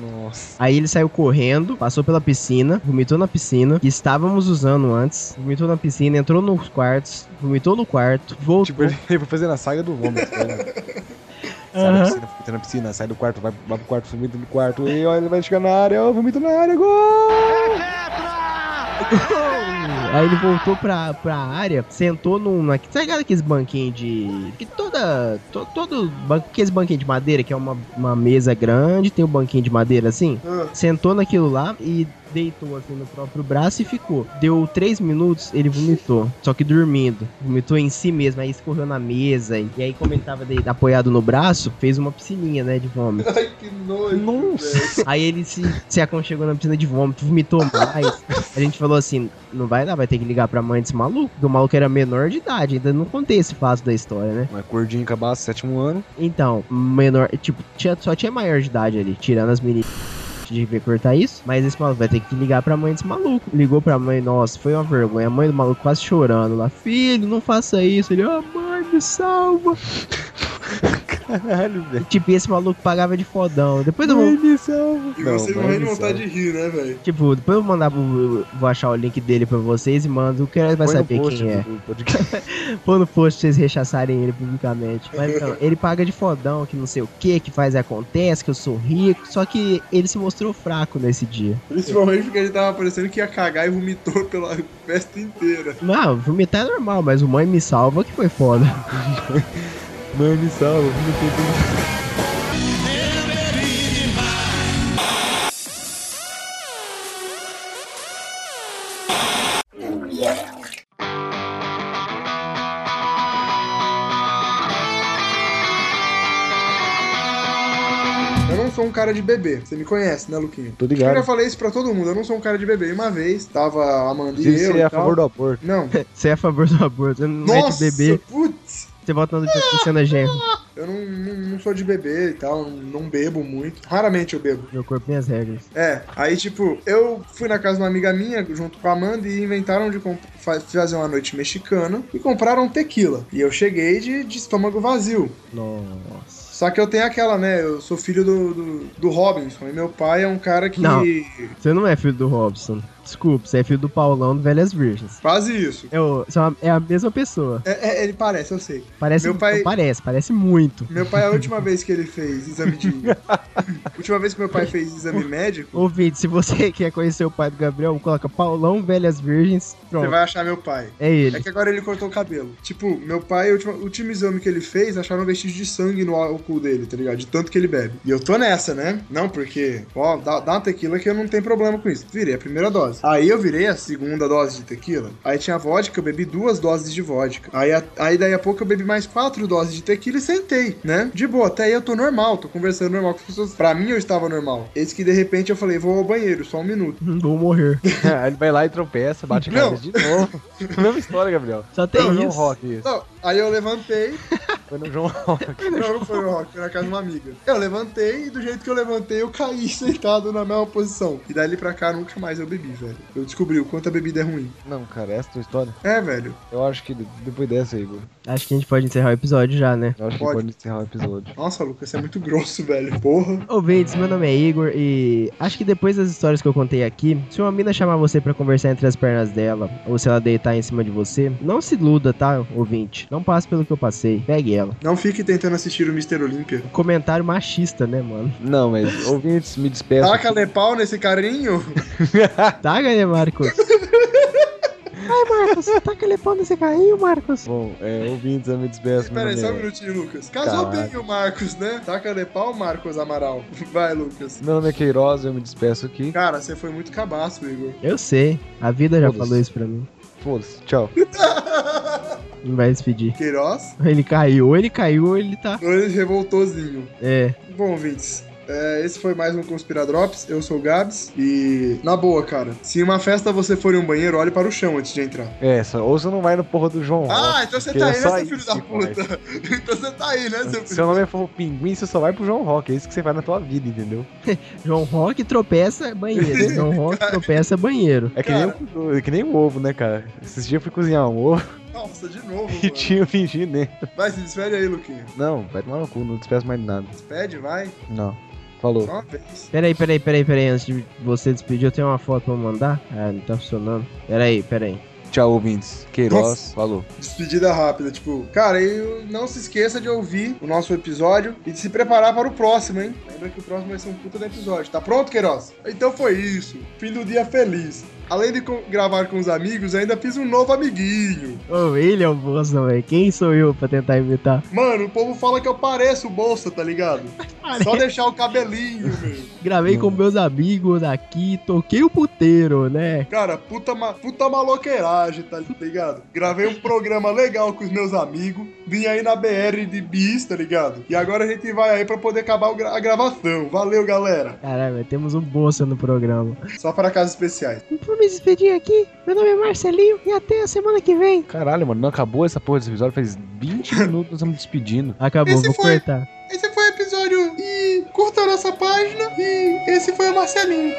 Nossa.
Aí ele saiu correndo, passou pela piscina, vomitou na piscina, que estávamos usando antes, vomitou na piscina, entrou nos quartos, vomitou no quarto, voltou.
Tipo, ele ele foi fazendo a saga do vômito. Né? Sai da piscina, vomita na piscina, sai do quarto, vai, vai pro quarto, vomita no quarto. E olha, ele vai chegar na área, ó, vomita na área, gol!
Aí ele voltou pra, pra área, sentou num. Na, tá ligado aqueles banquinhos de. Que toda. To, todo. Banco, aqueles banquinhos de madeira, que é uma, uma mesa grande, tem um banquinho de madeira assim.
Ah,
Sentou naquilo lá e deitou assim no próprio braço e ficou. Deu três minutos, ele vomitou. Só que dormindo. Vomitou em si mesmo, aí escorreu na mesa. E aí, como ele tava de- apoiado no braço, fez uma piscininha, né, de vômito.
Ai, que nojo.
Nossa!
Aí ele se, se aconchegou na piscina de vômito, vomitou mais. A gente falou assim: não vai dar, vai ter que ligar pra mãe desse maluco. Porque o maluco era menor de idade, ainda não contei esse fato da história, né?
Mas gordinho cabaço, sétimo ano.
Então, menor. Tipo, tinha, só tinha maior de idade ali, tirando as meninas. Devia cortar isso, mas esse maluco vai ter que ligar pra mãe desse maluco. Ligou pra mãe, nossa, foi uma vergonha. A mãe do maluco quase chorando lá, filho, não faça isso. Ele, ah, mãe, me salva.
Caralho, velho.
Tipo, esse maluco pagava de fodão. Depois eu vou.
Ai, me salva.
E
Não,
você
vai
morreu de
me
vontade de rir, né, velho?
Tipo, depois eu vou mandar pro- Vou achar o link dele pra vocês e mando. O cara vai
Põe no
saber
post né?
quem é.
do- do podcast.
Pô no post pra vocês rechaçarem ele publicamente. Mas não, ele paga de fodão, que não sei o que, que faz e acontece, que eu sou rico. Só que ele se mostrou fraco nesse dia.
Principalmente porque ele tava parecendo que ia cagar e vomitou pela festa inteira.
Não, vomitar é normal, mas o mãe me salva que foi foda.
Mãe, me salva. me salva.
Eu não sou um cara de bebê. Você me conhece, né, Luquinha?
Tô
Eu já
ligado.
falei isso pra todo mundo. Eu não sou um cara de bebê. E Uma vez, tava a Amanda e eu
Você
e
é a
tal.
favor do aborto.
Não.
Você é a favor do aborto, você não é de
Nossa,
bebê,
putz.
você volta no cena gerra.
Eu não, não, não sou de bebê e tal. Não não bebo muito. Raramente eu bebo.
Meu corpo, minhas regras.
É, aí tipo, eu fui na casa de uma amiga minha, junto com a Amanda, e inventaram de comp- fa- fazer uma noite mexicana e compraram tequila. E eu cheguei de, de estômago vazio.
Nossa.
Só que eu tenho aquela, né? Eu sou filho do, do, do Robinson, e meu pai é um cara que.
Não. Você não é filho do Robson. Desculpa, você é filho do Paulão do Velhas Virgens.
Quase isso.
É, o- são a- é a mesma pessoa.
É, é, ele parece, eu sei.
Parece,
Meu pai-
parece, parece muito.
Meu pai, a última vez que ele fez exame de. última vez que meu pai fez exame médico,
Ouvinte, se você quer conhecer o pai do Gabriel, coloca Paulão Velhas Virgens.
você
Pronto,
vai achar meu pai.
é
É
ele.
que agora ele cortou o cabelo. Tipo, meu pai, o último, o último exame que ele fez, acharam vestígio de sangue no álcool dele, tá ligado? De tanto que ele bebe. E eu tô nessa, né? Não, porque, ó, dá, dá uma tequila que eu não tenho problema com isso. Virei a primeira dose. Aí eu virei a segunda dose de tequila. Aí tinha vodka, eu bebi duas doses de vodka. Aí, a- aí daí a pouco eu bebi mais quatro doses de tequila e sentei, né? De boa, até aí eu tô normal, tô conversando normal com as pessoas. Pra mim eu estava normal. Eis que de repente eu falei, vou ao banheiro, só um minuto.
Hum, Vou morrer.
Aí Ah, ele vai lá e tropeça, bate a
Não.
cabeça de novo. Mesma história, Gabriel.
Só tem
Foi no João
isso.
Rock isso.
Não, aí eu levantei,
Foi no João Rock.
Não, não foi no rock, foi na casa de uma amiga. Eu levantei e do jeito que eu levantei, eu caí sentado na mesma posição. E dali pra cá nunca mais eu bebi, velho. Eu descobri o quanto a bebida é ruim.
Não, cara, essa é a tua história.
É, velho.
Eu acho que de- depois dessa aí, Igor.
Acho que a gente pode encerrar o episódio já, né?
Eu acho
Pode.
que pode encerrar o episódio.
Nossa, Lucas, você é muito grosso, velho. Porra.
Ouvintes, meu nome é Igor e acho que depois das histórias que eu contei aqui, se uma mina chamar você pra conversar entre as pernas dela, ou se ela deitar em cima de você, não se iluda, tá, ouvinte? Não passe pelo que eu passei, pegue ela.
Não fique tentando assistir o Mr. Olímpia.
Comentário machista, né, mano?
Não, mas ouvintes, me despeço.
Taca lepau nesse carinho.
Tá, né, Marcos? Ai, Marcos, tá aquele pau nesse carrinho, Marcos?
Bom, é, ouvintes, eu me despeço. meu
Pera aí,
nome
só um
é-
minutinho, Lucas. Casou
Caralho.
bem o Marcos, né? Taca lepau, Marcos Amaral. Vai, Lucas.
Meu nome é Queiroz, eu me despeço aqui.
Cara, você foi muito cabaço, Igor.
Eu sei, a vida já
Foda-se.
falou isso pra mim.
Foda-se, tchau.
Não vai despedir.
Queiroz?
Ele caiu, ou ele caiu, ou ele tá.
Ele revoltosinho.
É,
Bom, ouvintes, é, esse foi mais um Conspiradrops. Eu sou o Gabs e, na boa, cara, se em uma festa você for em um banheiro, olhe para o chão antes de entrar.
É, só, ou você não vai no porra do João Rock.
ah, então você
que
tá
é
aí, né,
só
seu filho
isso
da
que faz.
puta? então você tá aí, né, seu filho?
Seu nome for o Pinguim, você só vai pro João Rock. É isso que você faz na tua vida, entendeu?
João Rock tropeça banheiro. João Rock tropeça banheiro.
É que, nem o, é que nem o ovo, né, cara? Esses dias eu fui cozinhar um ovo
Nossa, de novo,
e
mano.
tinha o pinguim dentro.
Vai, se despede aí, Luquinha.
Não, vai tomar no cu, não despeço mais de nada.
Despede, vai.
Não. Falou.
Só uma vez.
Peraí, peraí, peraí, peraí. Antes de você despedir, eu tenho uma foto pra mandar. Ah, não tá funcionando. Peraí, peraí.
Tchau, ouvintes. Queiroz, falou.
Despedida rápida, tipo... Cara, e não se esqueça de ouvir o nosso episódio e de se preparar para o próximo, hein? Lembra que o próximo vai ser um puta do episódio. Tá pronto, Queiroz? Então foi isso. Fim do dia feliz. Além de co- gravar com os amigos, ainda fiz um novo amiguinho.
Ô, ele é o Bolsa, velho. Quem sou eu pra tentar imitar?
Mano, o povo fala que eu pareço o bolsa, tá ligado? Só deixar o cabelinho, meu.
Gravei
Hum.
com meus amigos aqui, toquei o puteiro, né?
Cara, puta, ma puta maloqueiragem, tá ligado? Gravei um programa legal com os meus amigos. Vim aí na BR de bis, tá ligado? E agora a gente vai aí pra poder acabar o gra- a gravação. Valeu, galera.
Caralho, velho, temos um Bolsa no programa.
Só para casos especiais.
Vou me despedir aqui. Meu nome é Marcelinho e até a semana que vem.
Caralho, mano, não acabou essa porra desse episódio. Faz 20 minutos que nós estamos despedindo.
Acabou,
Esse
vou
foi-
cortar.
Esse foi o episódio e curta a nossa página. E esse foi o Marcelinho.